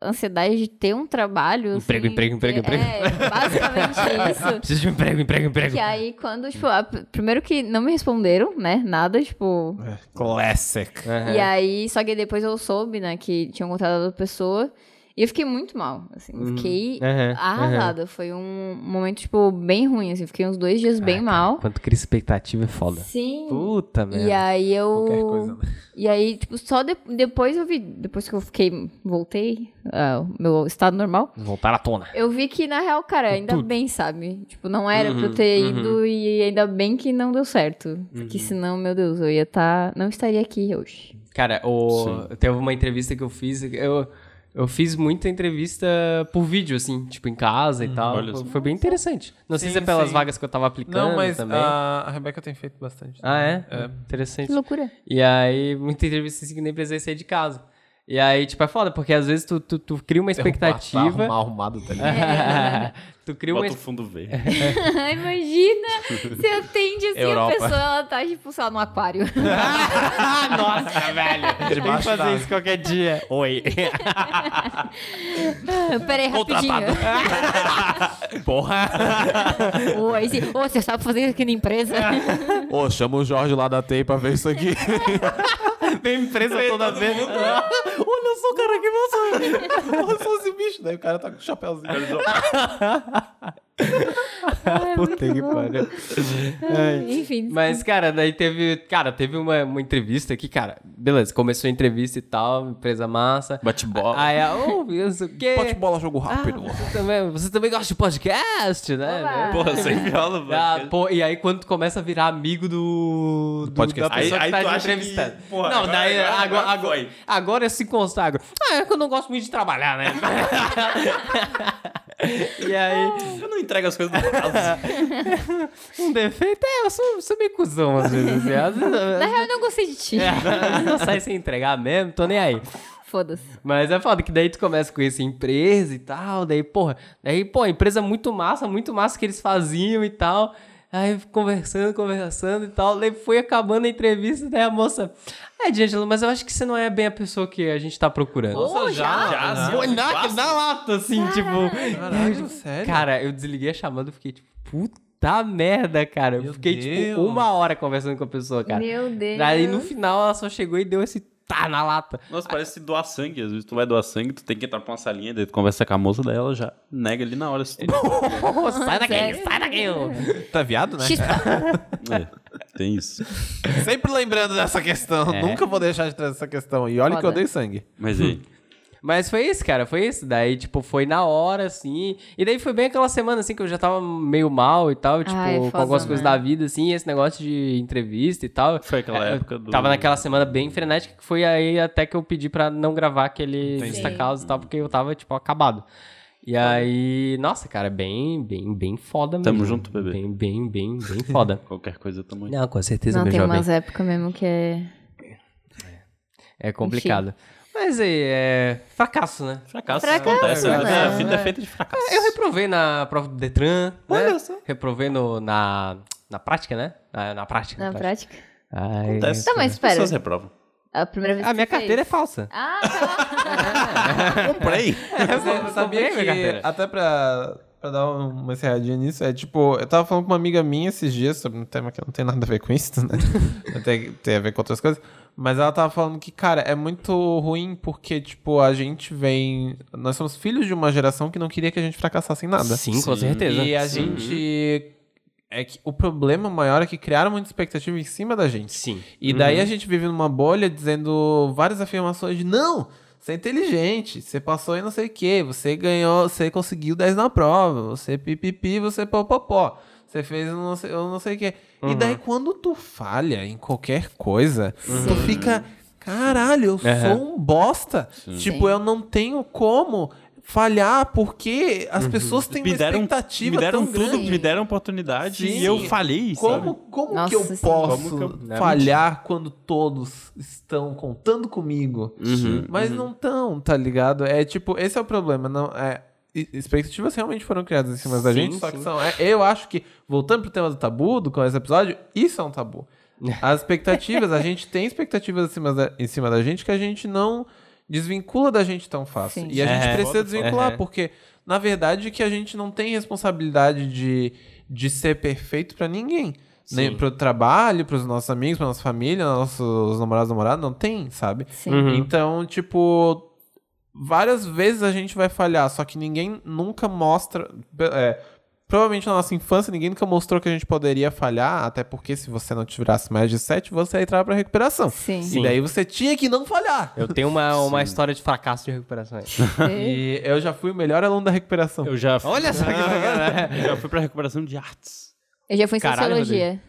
ansiedade de ter um trabalho. Emprego, assim, emprego, emprego, é, emprego. É, [LAUGHS] basicamente isso. Preciso de um emprego, emprego, emprego. Que aí, quando, tipo, a- primeiro que não me responderam, né? Nada, tipo. Classic. É. E aí, só que depois eu soube, né, que tinham contratado outra pessoa. E eu fiquei muito mal, assim. Hum. Fiquei Uhum. Aham, arrasada. Foi um momento, tipo, bem ruim, assim. Fiquei uns dois dias bem mal. Quanto cria expectativa é foda. Sim. Puta merda. E aí eu. Qualquer coisa, né? E aí, tipo, só de- depois eu vi. Depois que eu fiquei. Voltei ao meu estado normal. Voltar à tona. Eu vi que, na real, cara, ainda bem, sabe? Tipo, não era pra eu ter ido e ainda bem que não deu certo. Porque senão, meu Deus, eu ia estar. não estaria aqui hoje. Cara, o... teve uma entrevista que eu fiz. Eu, eu fiz muita entrevista por vídeo, assim, tipo, em casa e tal. olha Foi- só. Foi bem interessante. Não sei Sim, se é pelas sim. vagas que eu tava aplicando Não, mas também. a, a Rebeca tem feito bastante. Ah, é? É. Interessante. Que loucura. E aí, muita entrevista assim que nem precisei sair de casa. E aí, tipo, é foda, porque às vezes tu, tu, tu cria uma expectativa. Arrumar, arrumado, tá ligado? tu cria um uma. Bota o fundo V. [LAUGHS] [LAUGHS] Imagina! Você atende assim Europa. a pessoa, ela tá, tipo, sei lá, no aquário. Ah, [LAUGHS] nossa, velho! Tem que Debaixo fazer da- isso qualquer dia. Oi. Ah, Peraí, rapidinho. [LAUGHS] Porra! Ô, aí você- ô, você sabe fazer isso aqui na empresa? É. Ô, chama o Jorge lá da TEI pra ver isso aqui. [LAUGHS] Tá Tem empresa toda vez. Olha só, cara, que moça! Olha só esse bicho. Daí o cara tá com o chapéuzinho. Ai, muito Puta que bom. pariu. Ai, Enfim, Mas, cara, daí teve. Cara, teve uma, uma entrevista que, cara, beleza, começou a entrevista e tal, empresa massa. Bate bola. Aí, ah, ô, isso o quê? Pote bola, jogo Ah, rápido. você, também, você também gosta de podcast, né? Olá. Porra, sem viola, Ah, velho. pô, e aí quando tu começa a virar amigo do, do podcast. da pessoa Aí- aí que tu tá te acha que, entrevistando. porra, não, agora- daí agora- agora, agora, agora agora, foi. se consagra. Ah, é que eu não gosto muito de trabalhar, [LAUGHS] né? e aí, Eu não entrego as coisas do caso. um defeito é, eu sou, sou meio cuzão às vezes. Assim, às vezes [LAUGHS] na [LAUGHS] Né? real, eu não gostei de ti. É. eu- eu saio sem entregar mesmo, tô nem aí. Foda-se. Mas é foda que daí tu começa a conhecer empresa e tal, daí, porra, daí, pô, empresa é muito massa, muito massa que eles faziam e tal. Aí conversando, conversando e tal. Daí foi acabando a entrevista, daí a moça. É, D'Angelo, mas eu acho que você não é bem a pessoa que a gente tá procurando. Nossa, já? Já, já assim, foi na, fácil. na lata, assim, tipo. Caralho, sério? Cara, eu desliguei a chamada e fiquei tipo, puta merda, cara. Eu Meu fiquei, tipo, Deus. uma hora conversando com a pessoa, cara. Meu Deus. Daí no final ela só chegou e deu esse tá na lata. Nossa, parece doar sangue. Às vezes tu vai doar sangue, tu tem que entrar pra uma salinha, daí tu conversa com a moça, daí ela já nega ali na hora. se tu- Ô, sai daqui, Sério? sai daqui. Tá viado, né? [LAUGHS] É, tem isso. Sempre lembrando dessa questão. É. Nunca vou deixar de trazer essa questão. E olha que eu Foda. odeio sangue. Mas aí, Mas foi isso, cara, foi isso. Daí, tipo, foi na hora, assim. E daí foi bem aquela semana, assim, que eu já tava meio mal e tal, tipo, Ai, com foda, algumas né? coisas da vida, assim, esse negócio de entrevista e tal. Foi aquela É, eu época do- Tava naquela semana bem frenética, que foi aí até que eu pedi pra não gravar aquele Entendi. Justa Causa e tal, porque eu tava, tipo, acabado. E aí, nossa, cara, bem, bem, bem foda mesmo. Tamo junto, bebê. Bem, bem, bem, bem [LAUGHS] foda. qualquer coisa eu tamo aí. não, com certeza, Não, meu tem jovem. umas épocas mesmo que é. É complicado. Mas aí, é fracasso, né? Fracasso, Fracasso, acontece. né? né? A vida é É. feita de fracasso. Eu reprovei na prova do Detran, né? Olha só. Reprovei no, na, na prática, né? Na, na prática. Na prática. Ai, Acontece. Tá, mas As espera. Pessoas reprovam. A primeira vez A minha carteira é falsa. é... Ah, [LAUGHS] tá. É, Comprei. [LAUGHS] Eu sabia minha que, carteira. até pra, pra dar um, uma encerradinha nisso, é tipo, eu tava falando com uma amiga minha esses dias sobre um tema que não tem nada a ver com isso, [LAUGHS] né? tem, tem a ver com outras coisas. Mas ela tava falando que, cara, é muito ruim porque, tipo, a gente vem. Nós somos filhos de uma geração que não queria que a gente fracassasse em nada. assim, Sim, com certeza. E a gente. É que o problema maior é que criaram muita expectativa em cima da gente. Sim. Uhum. E daí Uhum. a gente vive numa bolha dizendo várias afirmações de não, você é inteligente, você passou em não sei o que, você ganhou, você conseguiu 10 na prova, você é pipipi, você popopó, você fez um não sei, um não sei o que. Uhum. E daí quando tu falha em qualquer coisa, tu fica, caralho, eu sou um bosta. Tipo, Sim. eu não tenho como falhar porque as pessoas têm Uhum. Me uma deram, um, expectativa me deram tão tudo, grande. me deram oportunidade Sim. e eu falhei, Como, sabe? como Nossa, que eu sim. posso Como que eu- né? falhar quando todos estão contando comigo? Uhum, Mas não estão, tá ligado? É tipo, esse é o problema, não é... e- Expectativas realmente foram criadas em cima da Sim, gente, só que sim. são... é, eu acho que, voltando pro tema do tabu, do começo do episódio, isso é um tabu. [LAUGHS] As expectativas, a gente tem expectativas em cima, da, em cima da gente que a gente não desvincula da gente tão fácil. Sim. E a gente É, precisa foda, desvincular, foda. porque na verdade que a gente não tem responsabilidade de, de ser perfeito pra ninguém. Nem Sim. pro trabalho, pros nossos amigos, pra nossa família, nossos namorados, namoradas, não tem, sabe? Sim. Uhum. Então, tipo, várias vezes a gente vai falhar, só que ninguém nunca mostra. é, provavelmente na nossa infância ninguém nunca mostrou que a gente poderia falhar, até porque se você não tirasse mais de 7, você entrava pra recuperação. Sim. E daí você tinha que não falhar. Eu tenho uma, uma história de fracasso de recuperação [LAUGHS] aí. E eu já fui o melhor aluno da recuperação. Eu já fui, Olha só que bacana. É, eu já fui pra recuperação de artes. Eu já fui em Caralho, sociologia.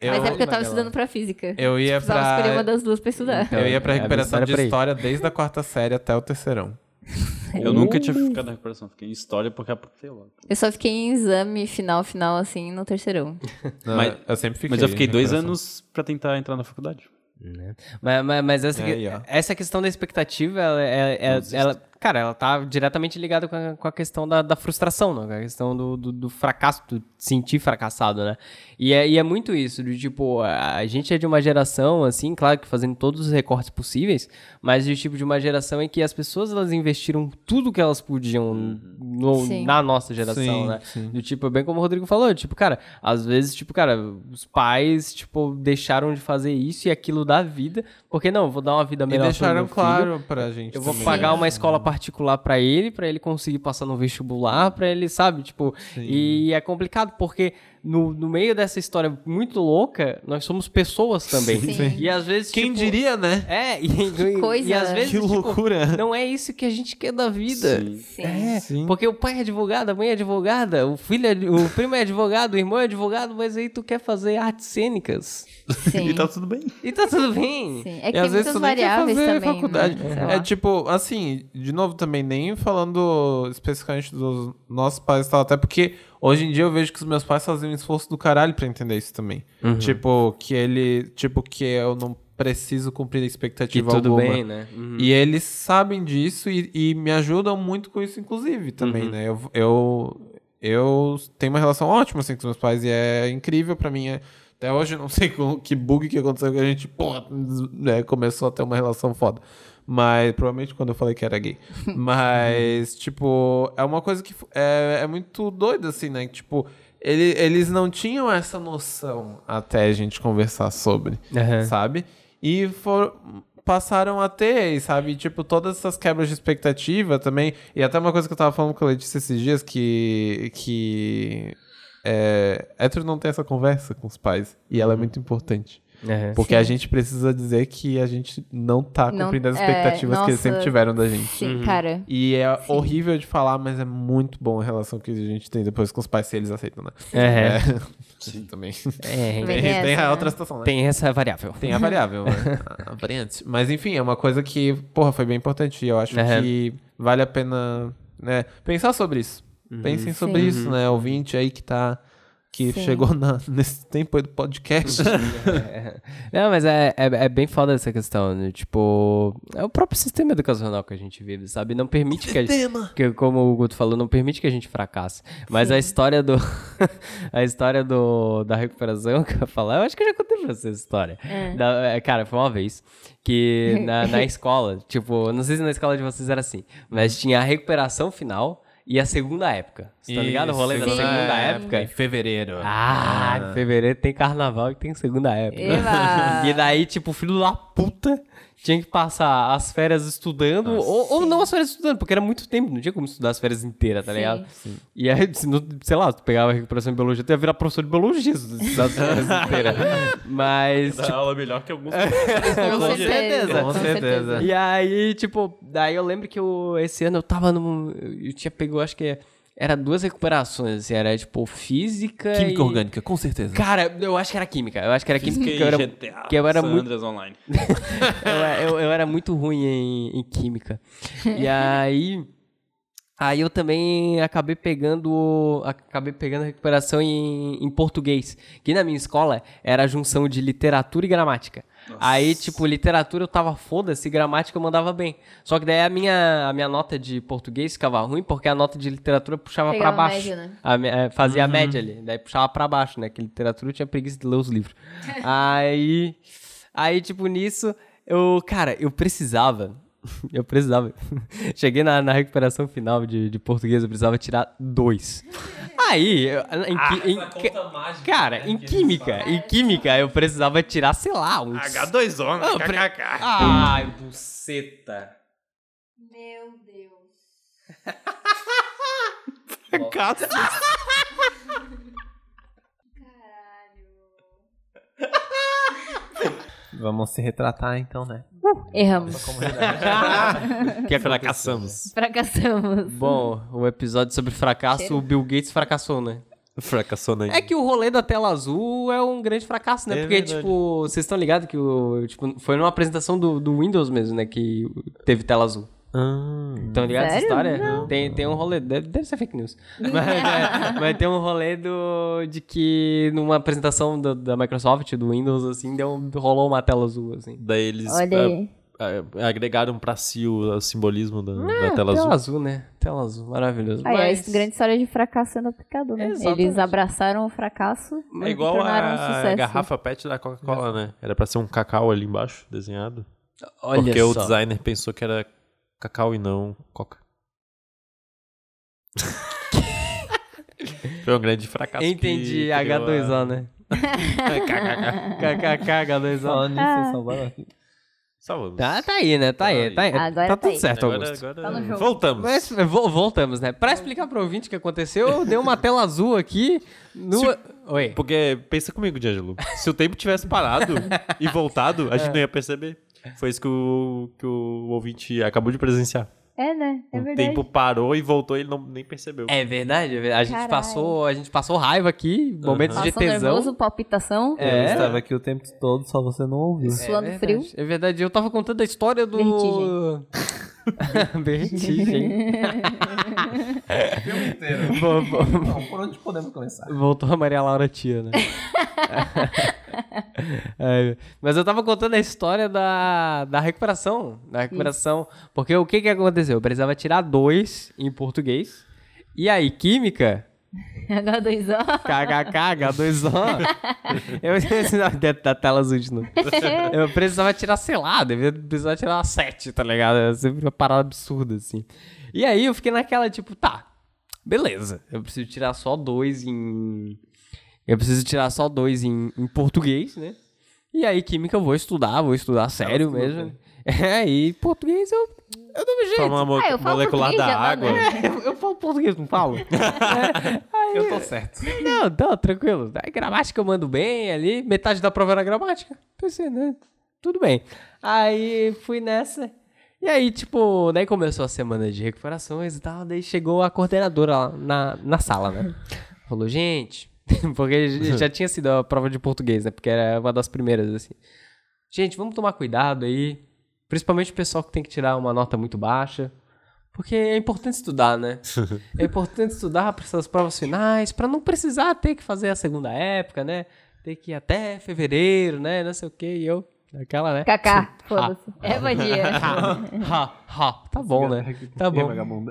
Eu- mas é porque eu tava estudando pra física. Eu ia Precisava escolher uma pra. das duas pra estudar. Eu ia pra É, recuperação história de pra ir. história desde a quarta série até o terceirão. Uh. Eu nunca tinha ficado na recuperação, fiquei em história porque é, aprontei logo. Uhum. Eu só fiquei em exame final, final, assim, no terceirão. Não, Mas- eu sempre fiquei. Mas eu fiquei em dois recuperação. anos pra tentar entrar na faculdade. Mas, mas- mas essa, que- É Aí, ó. essa questão da expectativa, ela, é- é- ela- cara, ela tá diretamente ligada com a, com a questão da, da frustração, né? Com a questão do, do, do fracasso, do sentir fracassado, né? E é, e é muito isso, de tipo, a a gente é de uma geração, assim, claro que fazendo todos os recortes possíveis, mas de tipo de uma geração em que as pessoas elas investiram tudo que elas podiam no- Sim. na nossa geração, Uhum. Sim, né? sim. Do tipo, bem como o Rodrigo falou, tipo, cara, às vezes, tipo, cara, os pais, tipo, deixaram de fazer isso e aquilo da vida, porque não, vou dar uma vida E melhor pro meu deixaram filho, claro pra gente. Eu vou também. Uhum. pagar uma escola particular pra ele, pra ele conseguir passar no vestibular, pra ele, sabe, tipo, e é complicado porque no, no meio dessa história muito louca, nós somos pessoas também. Sim. E às vezes, Quem tipo, diria, né? É, e, e- coisa. e às vezes, Que tipo, loucura. não é isso que a gente quer da vida. Sim. Sim. É, Sim. porque o pai é advogado, a mãe é advogada, o filho é, o primo é advogado, o irmão é advogado, mas aí tu quer fazer artes cênicas. Sim. [LAUGHS] E tá tudo bem. E tá tudo bem. Sim. É Então, que E tem às vezes muitas tu nem quer variáveis fazer também. faculdade. né? Sei lá. É tipo, assim, de novo também, nem falando especificamente dos nossos pais e tal, até porque hoje em dia eu vejo que os meus pais faziam um esforço do caralho pra entender isso também. Uhum. Tipo, que ele. Tipo, que eu não preciso cumprir a E expectativa tudo alguma. bem, né? Uhum. E eles sabem disso e, e me ajudam muito com isso, inclusive, também, né? Eu, eu, eu tenho uma relação ótima, assim, com os meus pais e é incrível pra mim. é- Até hoje eu não [LAUGHS] sei como- que bug que aconteceu que a gente, porra, né, começou a ter uma relação foda. Mas, provavelmente quando eu falei que era gay. Mas, tipo, é uma coisa que f- é, é muito doida, assim, né? Tipo, ele- eles não tinham essa noção até a gente conversar sobre Aham. sabe? E for- passaram a ter, e, sabe? Tipo, todas essas quebras de expectativa também. E até uma coisa que eu tava falando com a Letícia esses dias, que. que é, hétero não tem essa conversa com os pais. E ela é muito importante. Aham. Porque a gente precisa dizer que a gente não tá Não- cumprindo as é, expectativas que eles nossa. sempre tiveram da gente. Uhum. Sim, cara. E é horrível de falar, mas é muito bom a relação que a gente tem depois com os pais, se eles aceitam, né? É. Sim. [LAUGHS] Também. É, Tem, Também tem tem essa, a né? outra situação, né? tem essa variável. Tem a variável, né? A variante. Mas enfim, é uma coisa que, porra, foi bem importante. E eu acho Aham. que vale a pena, né, pensar sobre isso. Pensem sobre Sim. isso, né? Ouvinte aí que tá que Sim. chegou na- [LAUGHS] nesse tempo aí do podcast. Não, mas é, é, é bem foda essa questão, né? Tipo, é o próprio sistema educacional que a gente vive, sabe? Não permite que a gente, que, como o Guto falou, não permite que a gente fracasse. Mas a história do [LAUGHS] a história do da recuperação que eu ia falar, eu acho que eu já contei pra você essa história. Da- é, cara, foi uma vez que na, na escola, tipo, não sei se na escola de vocês era assim, mas tinha a recuperação final e a segunda época. Você tá ligado? O rolê da Sim. segunda É. época. Em fevereiro. Ah, em fevereiro tem carnaval e tem segunda época. Eba! [LAUGHS] E daí, tipo, o filho da puta tinha que passar as férias estudando, ou, ou não as férias estudando, porque era muito tempo, não tinha como estudar as férias inteiras, tá Sim. ligado? E aí, se não- sei lá, tu pegava a recuperação em biologia, tu ia virar professor de biologia se tu estudasse as [LAUGHS] férias inteiras. Mas, tipo, aula melhor que alguns. É. com certeza. Com certeza. e aí, tipo, daí eu lembro que eu, esse ano eu tava num. Eu tinha pegou, acho que era duas recuperações, assim, era tipo física. Química e- orgânica, com certeza. Cara, eu acho que era química. Eu acho que era química. Que Que eu era, GTA, que eu era San muito, Andreas Online. eu, era- eu- eu era muito ruim em, em química. E aí. Aí eu também acabei pegando. o- Acabei pegando a recuperação em, em português. Que na minha escola era a junção de literatura e gramática. Aí, tipo, literatura eu tava foda-se, gramática eu mandava bem. Só que daí a minha, a minha nota de português ficava ruim, porque a nota de literatura puxava pra Pegava baixo. média, né? A me- é, fazia a média ali, daí puxava pra baixo, né? Que literatura eu tinha preguiça de ler os [LAUGHS] livros. aí, aí, tipo, nisso, eu, cara, eu precisava, eu precisava, [LAUGHS] cheguei na, na recuperação final de, de português, eu precisava tirar dois. Aí, eu- em, qui- em qui- cara, em química, em química eu precisava tirar, sei lá, uns... né? H2O, Ah, eu pre- Ai, buceta. Meu Deus. [LAUGHS] Vamos se retratar então, né? [LAUGHS] Erramos. Que fracassamos. Fracassamos. Bom, o episódio sobre fracasso, Cheiro. o Bill Gates fracassou, né? Fracassou, né? É que o rolê da tela azul é um grande fracasso, né? É Porque, verdade. tipo, vocês estão ligados que o, tipo, foi numa apresentação do, do Windows mesmo, né? Que teve tela azul. Estão ligados essa Sério? história? Tem, tem um rolê, deve, deve ser fake news. [LAUGHS] Mas, é, mas tem um rolê do, de que numa apresentação da, da Microsoft, do Windows, assim, deu, rolou uma tela azul, assim. Daí eles Olha aí. ah, ah, agregaram pra si o, o simbolismo da, da tela Tela azul. azul, né? Tela azul, maravilhoso. Aí, Mas- a grande história de fracasso sendo aplicado, né? Exatamente. Eles abraçaram o fracasso É e igual tornaram um a, sucesso. garrafa pet da Coca-Cola, né? Era pra ser um cacau ali embaixo, desenhado. Olha porque o só. designer pensou que era cacau e não [LAUGHS] coca. Foi um grande fracasso. que Entendi, criou H2O, né? Ah. KKK, H2O. Falando nisso, vocês salvaram aqui. Salvamos. Tá, tá aí, né? Tá aí, tá aí. Agora tá tá tudo aí. certo, Agora, Augusto. agora Tá no jogo. voltamos. Mas vo- voltamos, né? Pra explicar pro ouvinte o que aconteceu, deu uma tela azul aqui no... Oi. Porque, pensa comigo, Diangelo. Se o tempo tivesse parado e voltado, a É. gente não ia perceber. Foi isso que o, que o ouvinte acabou de presenciar. [LAUGHS] É, né? É Um o verdade. tempo parou e voltou e ele não, nem percebeu. É verdade, é verdade. a gente Caralho. passou, a gente passou raiva aqui, momentos de Passou tesão. nervoso, palpitação, Eu É. estava aqui o tempo todo, só você não ouviu. É suando verdade, frio. É verdade, eu tava contando a história do. [LAUGHS] Vertigem. Bom, bom, por onde podemos começar? Voltou a Maria Laura Tia, né? É, mas eu tava contando a história da, da recuperação. Da recuperação. Porque o que que aconteceu? Eu precisava tirar dois em português. E aí, química, [LAUGHS] H2O. KKK, [LAUGHS] H2O. eu precisava dentro da tela azul de novo. Eu precisava tirar, sei lá, devia precisava tirar 7, tá ligado? Era sempre uma parada absurda, assim. E aí eu fiquei naquela, tipo, tá, beleza. Eu preciso tirar só dois em. Eu preciso tirar só dois em, em português, né? E aí, química, eu vou estudar, vou estudar sério mesmo. É, e português eu, eu dou um jeito. Toma uma mo- Ah, eu falo molecular da português, já água. tá, né? Eu, eu falo português, não falo? eu tô certo. Não, tá, tranquilo. Aí, gramática eu mando bem ali. Metade da prova era gramática. Pensei, né? Tudo bem. Aí fui nessa. E aí, tipo, daí começou a semana de recuperações e tal. Daí chegou a coordenadora lá na, na sala, né? Falou, gente. [LAUGHS] Porque já tinha sido a prova de português, né? Porque era uma das primeiras, assim. Gente, vamos tomar cuidado aí. Principalmente o pessoal que tem que tirar uma nota muito baixa. Porque é importante estudar, né? É importante estudar para essas provas finais, para não precisar ter que fazer a segunda época, né? Ter que ir até fevereiro, né? Não sei o que, e eu, aquela, [LAUGHS] né? Kaká, foda-se. É vadia. [LAUGHS] Uhum. Ha, ha. Tá bom, né? Tá é bom.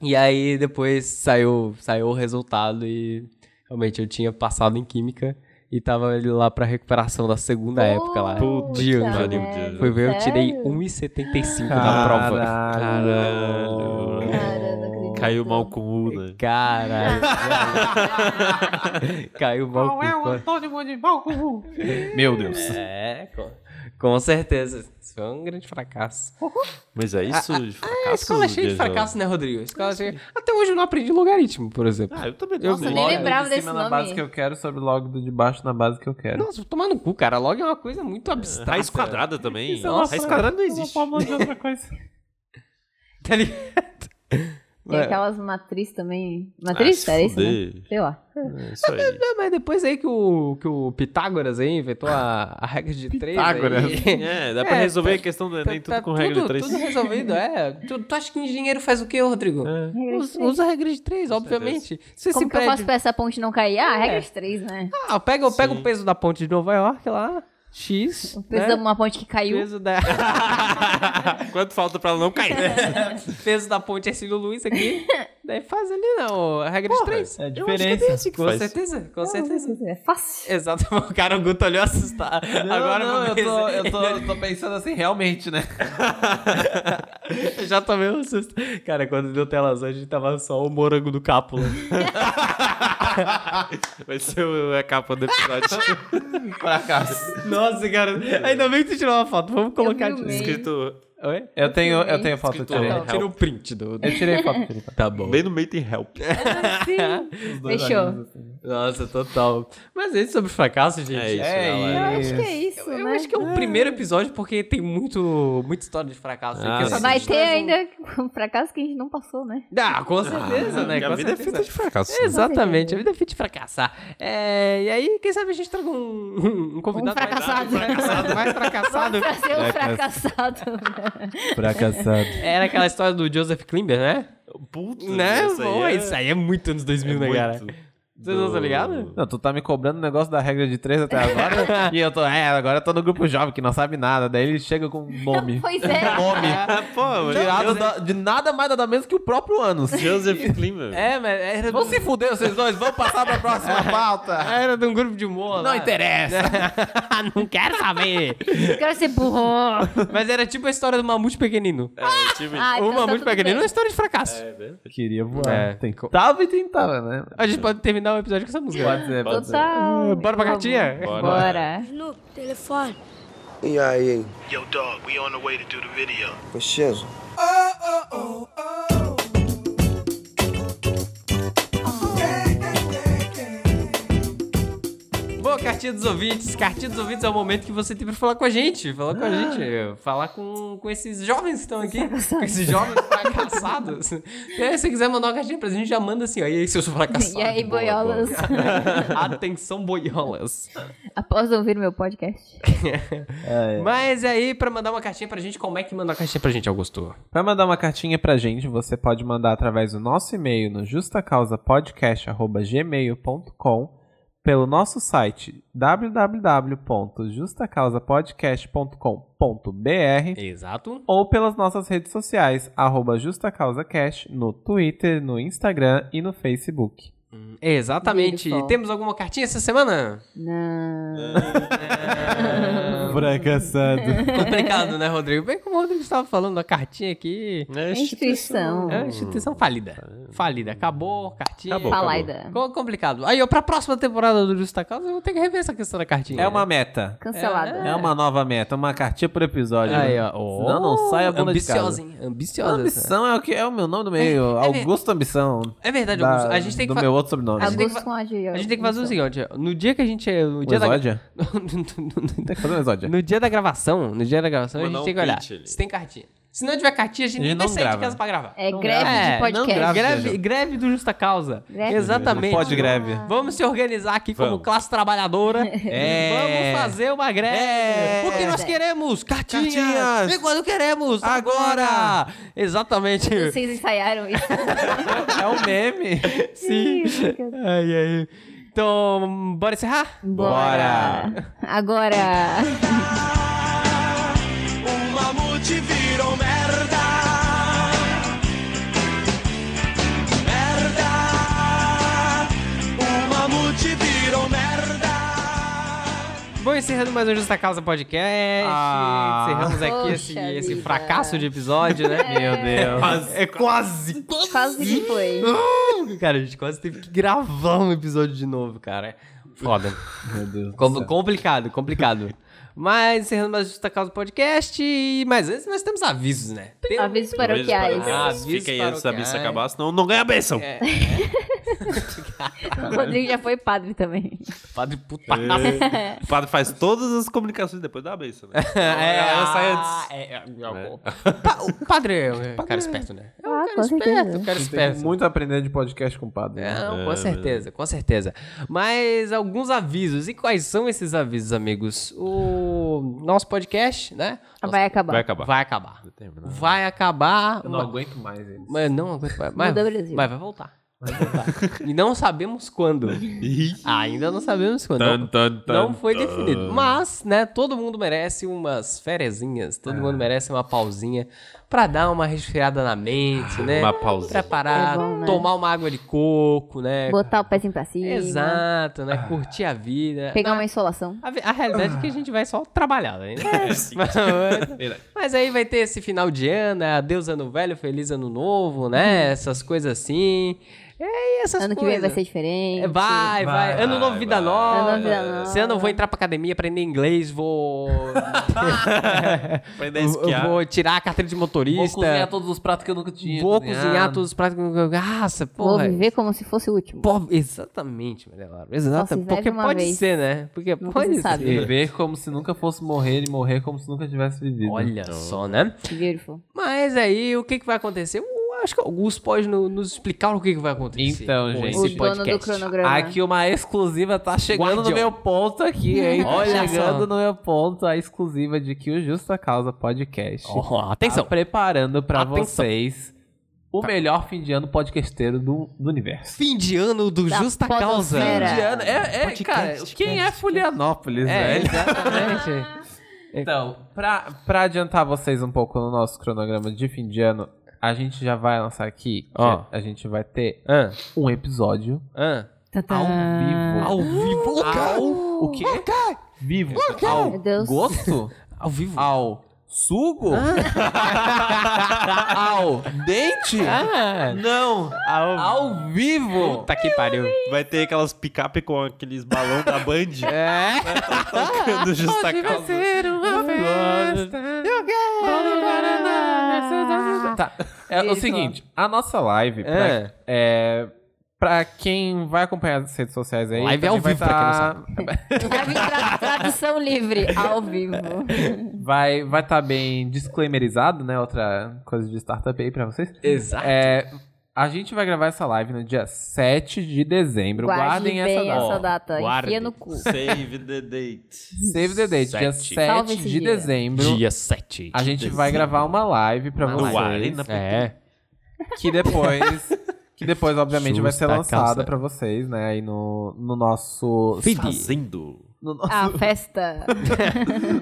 E aí depois saiu, saiu o resultado e realmente eu tinha passado em química e tava ele lá pra recuperação da segunda época lá. Puta Dia, merda. pariu, Foi ver, eu tirei Sério? 1,75 na prova. um. Caralho. Cara, não acredito. Caiu mal com o É. U, né? [LAUGHS] Caralho. Caiu mal com o Meu Deus. É, com, com certeza. Isso foi um grande fracasso. Mas é isso de fracasso? A escola é cheia de fracasso, né, Rodrigo? A escola é cheia... Até hoje eu não aprendi logaritmo, por exemplo. Ah, eu também Eu não. Nossa, sei. nem Log lembrava de desse cima na base que nome. eu quero sobre log do de baixo na base que eu quero. Ah, Nossa, vou tomar no cu, cara. Log é uma coisa muito abstrata. Raiz quadrada também. é uma Raiz quadrada não existe. de outra coisa. Tá ligado? Tem É. aquelas matriz também. Ah, Matriz? se Era isso, né? fuder. Sei lá. É isso aí. [LAUGHS] Não, mas depois aí que o, que o Pitágoras aí inventou a, a regra de três. aí- [LAUGHS] É, dá pra Tá, É, resolver tá- a questão do Tá- Enem tá tudo com regra de tudo- Tudo 3. resolvido, é. Tu, tu acha que engenheiro faz o quê, Rodrigo? É. Usa, usa a regra de três, obviamente. Se É. esse Como que eu prédio- faço pra essa ponte não cair? Ah, regra de três, né? Ah, pega, pega o peso da ponte de Nova York lá, X. Precisa né? de uma ponte que caiu. peso da, [LAUGHS] Quanto falta pra ela não cair? [LAUGHS] peso da ponte Ercílio Luiz aqui. Daí faz ali, não. A regra de três. É a Eu acho que é diferença. bem assim que Com faz. certeza, com certeza. É fácil. Exato, o cara, o Guto olhou assustado. Agora não, eu, vou tô, pensar- eu tô, eu tô pensando assim, realmente, né? Eu [LAUGHS] já tomei um susto. Cara, quando deu tela azul, a gente tava só o morango do cápula. Vai ser o- É a capa [LAUGHS] do episódio. Fracasso. Nossa, cara. Ainda bem que tu tirou uma foto. Vamos [LAUGHS] colocar vi o aqui. meme. Escrito Oi? Eu tenho, eu Filmei. tenho foto, eu Escritor. tirei. Não, Tira o print do. Eu tirei foto, tirei foto. Tá bom. bem no meio tem help. É, Os dois olhinhos, Fechou. assim. [LAUGHS] Nossa, total. Mas é isso sobre fracasso, gente. É isso, É galera. Eu acho que é isso, Eu né? acho que é o primeiro episódio porque tem muito, muita história de fracasso. Ah, aqui. sim. Essa- tá Vai ter ainda um fracasso que a gente não passou, né? Ah, com certeza, né? Porque com a vida é certeza. feita de fracasso. Exatamente, a vida é feita de fracassar. É, e aí, quem sabe a gente traga um, um convidado mais- fracassado. mais fracassado. Mais fracassado. Pra ser É, um fracassado. Fracassado. né? [LAUGHS] Era aquela história do Joseph Klimber, né? Puta, Né? essa aí Pô, é- Isso aí é muito anos 2000, né, cara? muito. Vocês não estão ligados? Não, tu tá me cobrando o negócio da regra de três até agora. e eu tô, é, agora eu tô no grupo jovem que não sabe nada. Daí ele chega com um nome. Pois é. Nome. Ah, pô, mas Tirado da- de nada mais nada menos que o próprio Anos. Joseph Kliman. É, mas era, É. Vão se fuder vocês dois, vamos passar pra [LAUGHS] próxima pauta. era de um grupo de humor Não lá. interessa. [LAUGHS] não quero saber. Eu quero ser burro. mas era tipo a história do mamute pequenino. É, time- Ah, o então tá mamute tudo pequenino é uma bem. história de fracasso. Queria voar. É. Tentava e tentava, né? A gente pode terminar o episódio com essa música. Pode ser, pode ser. Total. É, Tá Bora pra cartinha? Bora. No, telefone. E aí, Yo, dog, we on the way to do the video. preciso? Bom, cartinha dos ouvintes. Cartinha dos ouvintes é o momento que você tem pra falar com a gente. Falar Ah. com a gente. Falar com, com esses jovens que estão aqui. Com esses jovens [LAUGHS] fracassados. E aí, se você quiser mandar uma cartinha pra gente, já manda assim. ó, E aí, seus fracassados. E aí, Boa, boiolas. [LAUGHS] boa. [LAUGHS] Atenção, boiolas. Após ouvir meu podcast. É. Mas e aí, pra mandar uma cartinha pra gente, como é que manda uma cartinha pra gente, Augusto? Pra mandar uma cartinha pra gente, você pode mandar através do nosso e-mail no justacausapodcast.gmail.com, pelo nosso site www.justacausapodcast.com.br Exato. ou pelas nossas redes sociais, arroba justacausacast, no Twitter, no Instagram e no Facebook. Exatamente. Beautiful. Temos alguma cartinha essa semana? Não. Fracassado. Complicado, né, Rodrigo? Bem como o Rodrigo estava falando, a cartinha aqui. É, É Instituição. É uma instituição falida. Falida. Acabou, cartinha. Acabou. Falaida. Ficou complicado. Aí, ó, pra próxima temporada do Justa Causa, eu vou ter que rever essa questão da cartinha. É uma meta. Cancelada. É uma nova meta, uma cartinha por episódio. Aí, ó. Oh, Senão não sai a bunda de casa. Ambiciosa, hein? Ambiciosa. essa. Ambição é o que é o meu nome do [LAUGHS] meio. É, é Augusto Ambição. É verdade, Da- Augusto. A gente tem que do fa- meu outro sobrenome. gente tem que Augusto fa- com a G. A gente tem que fazer o seguinte, ó. No dia que a gente. é- No O dia da... Exódia? [LAUGHS] no, no- no- Tem que fazer um exódia. no dia da gravação, no dia da gravação, a Mandar gente um tem que olhar. print ali. Se tem cartinha. Se não tiver cartilha, a gente, A gente nem vai não sair grava. de casa pra gravar. É greve É, de não grava. podcast. greve, greve do Justa Causa. Greve. Exatamente. Pode greve. Vamos se organizar aqui como Vamos. classe trabalhadora. [LAUGHS] É. Vamos fazer uma greve. É. O que nós queremos? Cartinhas. Cartinhas. E quando queremos? Agora. Exatamente. Vocês ensaiaram isso? [LAUGHS] É um [LAUGHS] meme. Sim. Ai, ai. Então, bora encerrar? Bora! Agora! Um mamute virou merda. Merda. Um mamute virou merda. Vou encerrando mais um Justa Causa Podcast. Ah. Encerramos aqui Poxa esse, esse vida. fracasso de episódio, né? Meu Deus. É quase, quase. Quase que foi. [LAUGHS] Cara, a gente quase teve que gravar um episódio de novo, cara. Foda. Meu Deus. complicado, complicado. Mas encerrando mais o Justa Causa Podcast. e- Mas antes nós temos avisos, né? Tem- Avisos paroquiais. paroquiais. Ah, avisos Fica aí antes da missa paroquiais. acabar, senão não ganha É a bênção. [LAUGHS] O Rodrigo já foi padre também. Padre puta. O padre faz todas as comunicações depois da bênção. Né? [LAUGHS] É, Ela sai ah, antes. é, é, [LAUGHS] é. Pa- O padre é um cara esperto, né? É um Ah, cara com esperto, um certeza. cara Tem esperto. É, muito a aprender de podcast com o padre. né? Não, com certeza, com certeza. Mas alguns avisos. E quais são esses avisos, amigos? O nosso podcast, né? Nosso- Vai acabar. Vai acabar. Vai acabar. Vai acabar. né? Eu não aguento mais ele. Mas não aguento mais. Mas, Muda o Brasil. mas vai voltar. Vai voltar. e não [LAUGHS] sabemos quando. Ainda não sabemos quando. Tan, tan, tan. não foi definido. Mas, né, todo mundo merece umas ferezinhas. Todo É. mundo merece uma pausinha pra dar uma resfriada na mente, né? uma pausinha. Preparar, É bom, né? tomar uma água de coco, né? Botar o pezinho pra cima. Exato, né? Curtir a vida. Pegar uma insolação. A, ve- a realidade é que a gente vai só trabalhar, né? [LAUGHS] mas, mas aí vai ter esse final de ano, né? adeus ano velho, feliz ano novo, né? Essas coisas assim. E aí essas Ano que coisas. vem vai ser diferente. É, Vai, vai. Ano novo, vida nova. Ano novo, vida nova. Esse ano eu vou entrar pra academia, aprender inglês, vou. Aprender a eu, eu esquiar. vou tirar a carteira de motorista. Vou cozinhar todos os pratos que eu nunca tinha. tá né? Vou cozinhado. cozinhar todos os pratos. Nossa, Vou porra. viver como se fosse o último. Pô, exatamente, Madelara. Exatamente. vive Porque uma pode vez. ser, né? Porque Nunca pode se ser. sabe. Viver como se nunca fosse morrer e morrer como se nunca tivesse vivido. Olha só, né? Beautiful. Mas aí, o que, que vai acontecer? Eu acho que Augusto pode no- nos explicar o que, que vai acontecer. Então, com gente. esse O dono do podcast. cronograma. Aqui uma exclusiva tá chegando Guardião. no meu ponto [LAUGHS] aqui, hein? Olha Olha só. chegando. Tá Chegando no meu ponto, a exclusiva de que o Justa Causa Podcast Ó, está atenção. preparando pra Atenção. vocês Tá. o melhor fim de ano podcasteiro do, do universo. Fim de ano do Da Justa Causa. podosfera. Fim de ano. É, é, cara, quem é Fulianópolis, É, velho? exatamente. Então, pra, pra adiantar vocês um pouco no nosso cronograma de fim de ano, a gente já vai lançar aqui, que Ó. a gente vai ter ah, um episódio ah. Tadã. ao vivo. Ao vivo, cara. O quê? Vivo. Ao Meu Deus. Ah. gosto? Ao vivo. Ao sugo? [LAUGHS] ao dente? Ah, Não! ao... Ao vivo! Puta que pariu. Vai ter aquelas picape com aqueles balão da [LAUGHS] Band. É. Tocando justa causa. uma festa. né? Eu quero Guaraná. Tá. É o Isso. seguinte, a nossa live, pra, É. é, pra quem vai acompanhar as redes sociais aí... Live também ao vai vivo, pra quem não tá- Tra- tra- Tradução livre, ao vivo. Vai vai tá bem disclaimerizado, né? Outra coisa de startup aí pra vocês. Exato. É, a gente vai gravar essa live no dia 7 de dezembro. Guardem Guardem, bem essa data. essa data. guardem. Enfia no cu. Save the date. Save the date, dia Sete. 7 Salve esse de dia. dezembro. Dia 7. A gente vai gravar uma live pra No ar, vocês. hein, na Ah, É. Que depois. que depois, obviamente, vai ser Justa lançada causa. pra vocês, né? Aí no, no nosso. Fazendo. No, [LAUGHS] no- A festa.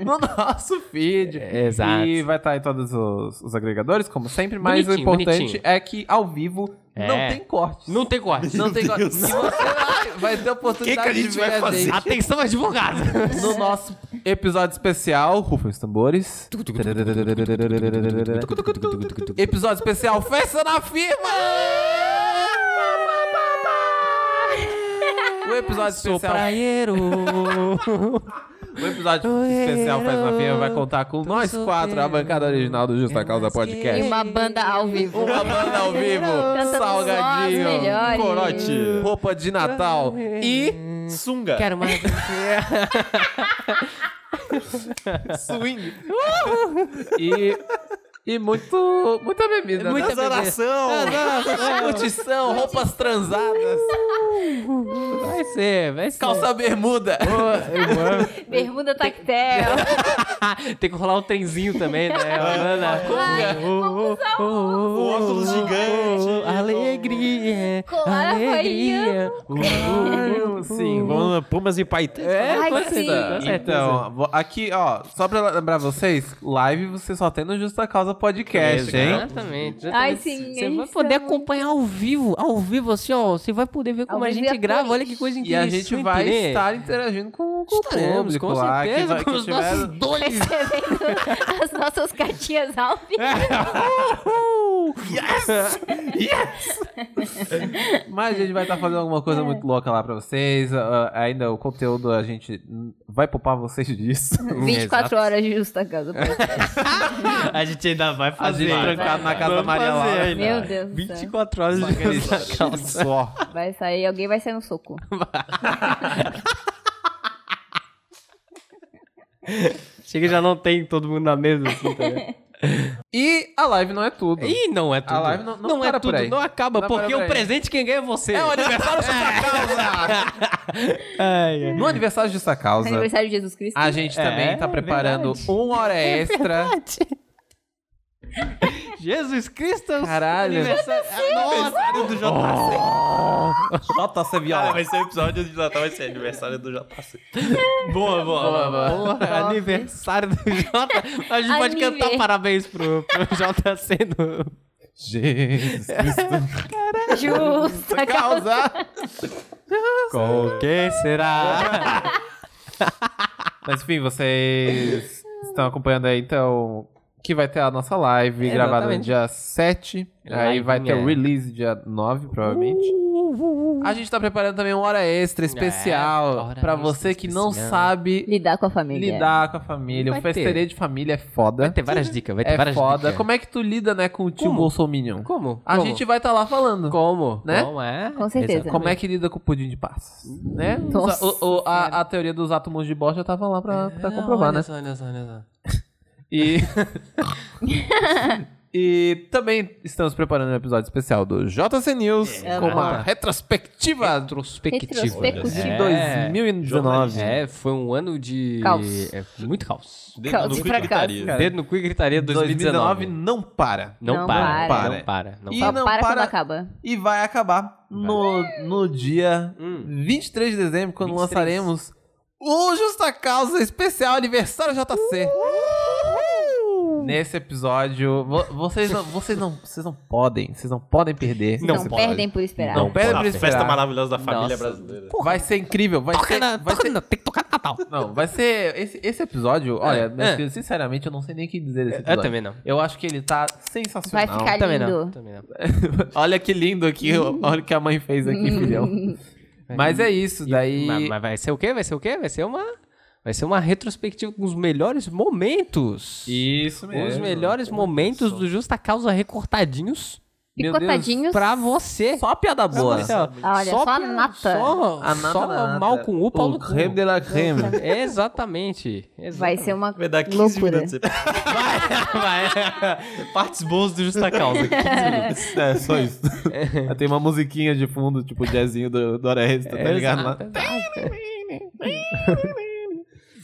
no nosso feed. Exato. E vai estar em todos os, os agregadores, como sempre. Mas o Bonitinho, importante bonitinho. é que ao vivo não É. tem cortes. Não tem corte. Não tem Deus. co- Se você vai- vai ter oportunidade Que que a gente de ver vai a fazer? gente Atenção, advogado. no nosso episódio especial, rufem os tambores. episódio especial Festa na Firma! O episódio especial. praieiro. O episódio especial Festa na Firma vai contar com nós quatro, a bancada original do Justa Causa E Podcast. uma banda ao vivo. É. Uma banda ao vivo, [LAUGHS] Cantando só as salgadinho, melhores. Corote. roupa de Natal e Sunga. Quero mais. E, E muito, muita bebida. Muita bebida. né? Adoração. Curtição, roupas transadas, Vai ser, vai ser. calça bermuda. Bermuda tactel. Tem que rolar um trenzinho [LAUGHS] também, né? Ana? Ai, vamos usar um Oh, óculos gigante. uh, alegria. Colar alegria. Uh, uh, uh, Sim, Vamos, Pumas e Paetê. É, Ai, com que certeza, com certeza. Então, vo- aqui, ó, só pra lembrar vocês, live você só tem no Justa Causa Podcast, hein? Exatamente. Ai, exatamente. sim, é Você eles vai poder são- acompanhar ao vivo. Ao vivo, assim, ó. Você vai poder ver como Ao a vivo é e gente a grava. cores. Olha que coisa E interessante. né? a gente vai [LAUGHS] estar interagindo com, com o Estaremos, público com lá. que certeza, vai- com que os tiver- nossos dores. recebendo as nossas cartinhas ao vivo. Mas a gente vai estar fazendo alguma É. coisa muito louca lá pra vocês. ah, ainda o conteúdo a gente hum, vai poupar vocês [LAUGHS] disso. [LAUGHS] 24 horas de justa causa. A gente ainda vai A gente trancado na casa da Maria Laura. Meu Deus do céu. 24 horas de Só. Vai sair, alguém vai sair no soco. Chega e já não tem todo mundo na mesa, assim, tá ligado? E a live não é tudo. [LAUGHS] Ih, não é tudo. live não- não é para por tudo, aí. não acaba, Não para porque por o aí. presente quem ganha é você. É o [LAUGHS] aniversário de Justa Causa! Ai, ai. No aniversário de Justa Causa, Aniversário de Jesus Cristo. a [LAUGHS] gente É, também é tá preparando verdade. uma hora É extra. [LAUGHS] Jesus Cristo! é o Caralho. aniversário- Nossa! do JC. JC Viola. vai ser o episódio de Natal, vai ser aniversário do JC. Boa, boa, boa. é Aniversário do Jota. A gente pode Anive. cantar parabéns pro, pro JC no... Jesus Cristo. Justa causa. [LAUGHS] Com quem será? [LAUGHS] Mas enfim, vocês estão acompanhando aí, então. Que vai ter a nossa live gravada no Exatamente. é. dia 7. Aí Livinha. vai ter o release dia 9, provavelmente. Uh, A gente tá preparando também uma hora extra especial É, hora pra extra você que não especial. sabe Lidar com a família. lidar com a família. Vai o festeirê de família é foda. Vai ter várias dicas, vai ter É várias foda. dicas. Como é que tu lida, né, com o tio Como? Bolsominion? Como? A Como? gente vai estar lá falando. Como? Né? Como é? Com certeza. Exato. Como é que lida com o pudim de passas? Né? Os- Nossa o- o- a, a teoria dos átomos de Bohr já tava lá pra, pra comprovar, né? É, Olha só, olha só, olha só. E... [LAUGHS] e também estamos preparando um episódio especial do JC News com uma retrospectiva Retrospectivo. de É. 2019. É, foi um ano de... Caos. É, muito caos. Caos e fracasso. Dedo no cu e gritaria 2019 2019. não para. Não, Não para, para. Não para. Não E Só para. não para, quando para- acaba. E vai acabar no, no dia Hum. 23 de dezembro, quando 23. lançaremos o Justa Causa Especial Aniversário JC. Nesse episódio, vo- vocês não, vocês não, vocês não podem, vocês não podem perder. Não, perdem por esperar. Não perdem A por festa esperar. maravilhosa da família brasileira. Vai ser incrível, vai ser, vai ser tem que tocar no Natal. Não, vai ser. Esse, esse episódio, olha, É, meus é. filhos, sinceramente, eu não sei nem o que dizer desse Eu episódio. também não. Eu acho que ele tá Vai sensacional. ficar Também não. lindo. Também não. olha que lindo aqui, olha o que a mãe fez aqui, filhão. Mas é isso, daí. Mas, mas vai ser o quê? Vai ser o quê? Vai ser uma. Vai ser uma retrospectiva com os melhores momentos. Isso os melhores momentos do Justa Causa recortadinhos Meu Deus, Picotadinhos. pra você. Só piada Pra boa. você, ó. Ah, olha, só a pra- nata. Só, A nata só nata. mal com o Paulo O creme de la creme. É, Exatamente. Vai exatamente. ser uma Vai dar 15 loucura. minutos. Vai. Partes boas do Justa Causa. 15 minutos. É, só isso. [LAUGHS] Tem uma musiquinha de fundo, tipo o jazzinho do, do Oresta, tá ligado? É, Exato, exato.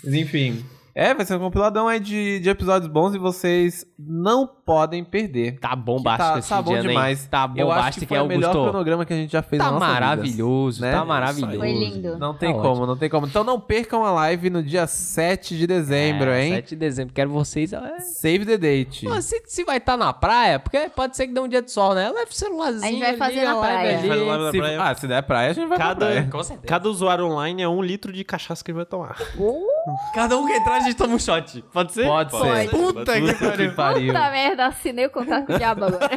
Mas enfim. É, vai ser um compiladão aí de, de episódios bons e vocês não podem perder. Tá Que bombástico tá- esse tá bom dia, né? demais. Tá Eu acho que bombástico, foi o melhor Augusto. cronograma que a gente já fez na Tá nossa vida. maravilhoso, né? tá maravilhoso. Foi lindo. Não tem Tá como, ótimo. não tem como. Então não percam a live no dia 7 de dezembro, É, hein? 7 de dezembro, quero vocês. é. Save the date. Pô, se, se vai estar na praia, porque pode ser que dê um dia de sol, né? Leva o celularzinho. A gente vai liga fazer na a live praia. ali. é Vai lá na Se- praia. ah, se der praia, a gente vai pra praia. Cada, Com certeza. cada usuário online é um litro de cachaça que ele vai tomar. Cada um que entrar, a gente toma um shot. Pode ser? Pode ser. Puta que pariu. pariu. Puta merda, assinei o contrato com o diabo agora.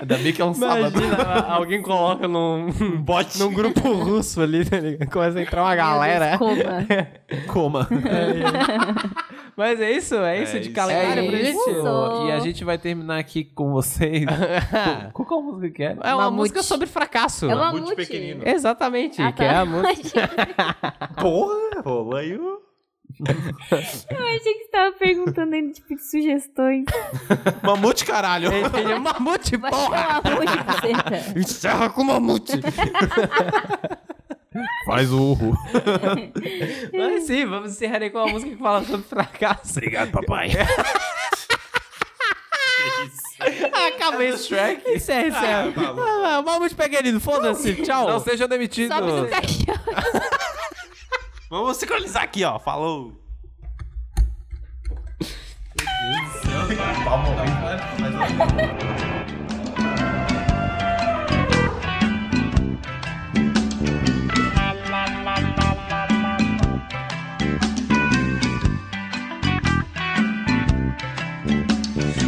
Ainda bem que é um sábado. Imagina, alguém coloca num, bot [LAUGHS] num grupo russo ali, tá ligado? Começa a entrar uma galera. [LAUGHS] Desculpa. Coma. É, Mas é isso, é isso de calendário pra isso. gente. E a gente vai terminar aqui com vocês. Qual, qual música que é? É uma Mamute. música sobre fracasso. É uma Mamute mamute. pequenino. É Exatamente, Ah, que é tá. a música. Porra! Rolou aí o... [LAUGHS] Eu achei que você tava perguntando ele, tipo, de sugestões. Mamute, caralho. Ele é mamute, Vai porra! tomar uma de buceta. Encerra com mamute. Faz o urro. Mas sim, vamos encerrar aí com uma música que fala sobre fracasso. Obrigado, [LAUGHS] papai. Acabei o Shrek. Encerra, encerra. Ah, mamute pequenino, foda-se, tchau. Não seja demitido. Sobe no caixão. Vamos sincronizar aqui, ó. Falou.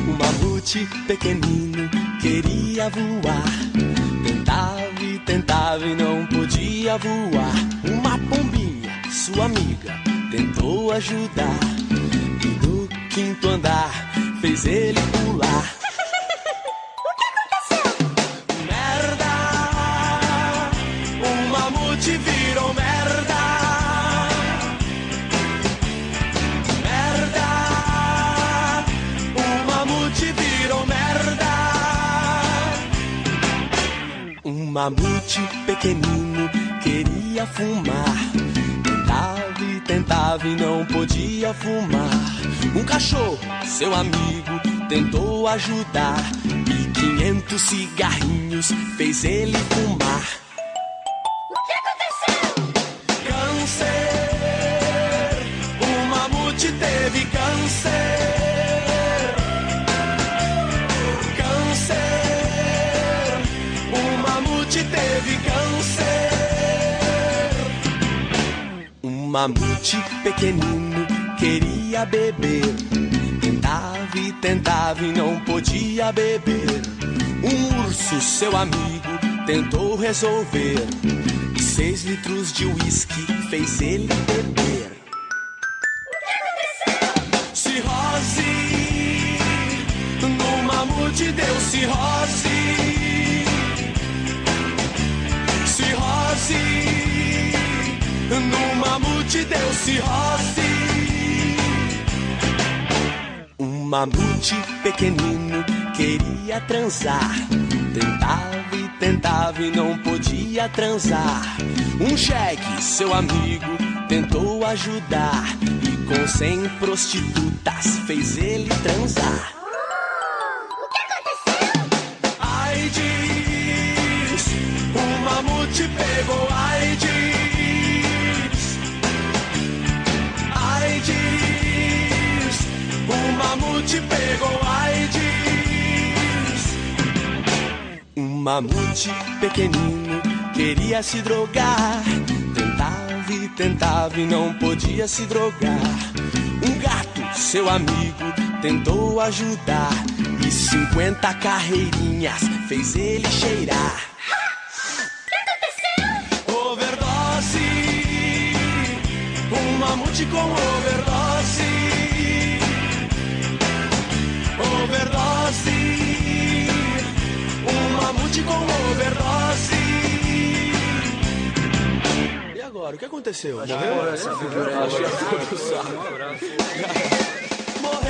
O mamute pequenino queria voar. Tentava e tentava e não podia voar. Uma pombinha, sua amiga, tentou ajudar. E no quinto andar fez ele pular. O que aconteceu? Merda! O mamute virou merda! Merda! O Um mamute virou merda. Um mamute pequenino queria fumar. Tentava e tentava e não podia fumar. Um cachorro, seu amigo, tentou ajudar. E 500 cigarrinhos fez ele fumar. O que aconteceu? Câncer. O mamute teve câncer. Câncer. O mamute teve câncer. Um mamute pequenino queria beber. Tentava e tentava e não podia beber. Um urso, seu amigo, tentou resolver. E seis litros de uísque fez ele beber. cirrose. No mamute deu cirrose. Cirrose. No mamute deu cirrose. Um mamute pequenino queria transar. Tentava e tentava e não podia transar. Um jegue, seu amigo, tentou ajudar. E com cem prostitutas fez ele transar. AIDS, o mamute pegou AIDS. AIDS, o mamute pegou AIDS. Um mamute pequenino queria se drogar. Tentava e tentava e não podia se drogar. Um gato, seu amigo, tentou ajudar. E 50 carreirinhas fez ele cheirar. Overdose, um mamute com overdose. Overdose, um mamute com overdose. E agora, o que aconteceu? Morreu?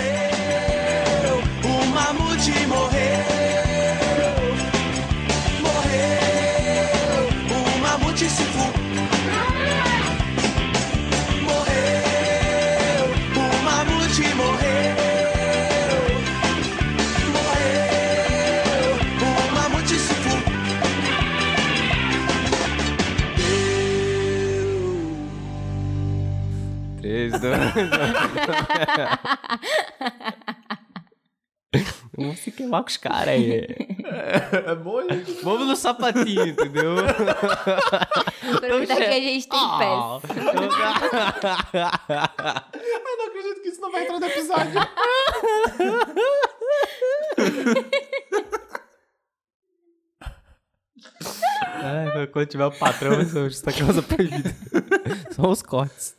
é Morreu, o mamute morreu. Morreu, o mamute se fu. Morreu, o mamute morreu. Morreu, o mamute se fu. Deu. 3, 2. Vamos ficar lá com os caras aí. É [LAUGHS] Vamos no sapatinho, entendeu? Aproveitar que a gente tem pés. [LAUGHS] Ah, não acredito que isso não vai entrar no episódio. um [LAUGHS] quando tiver o patrão, vai ser o justa causa proibida. Só os cortes.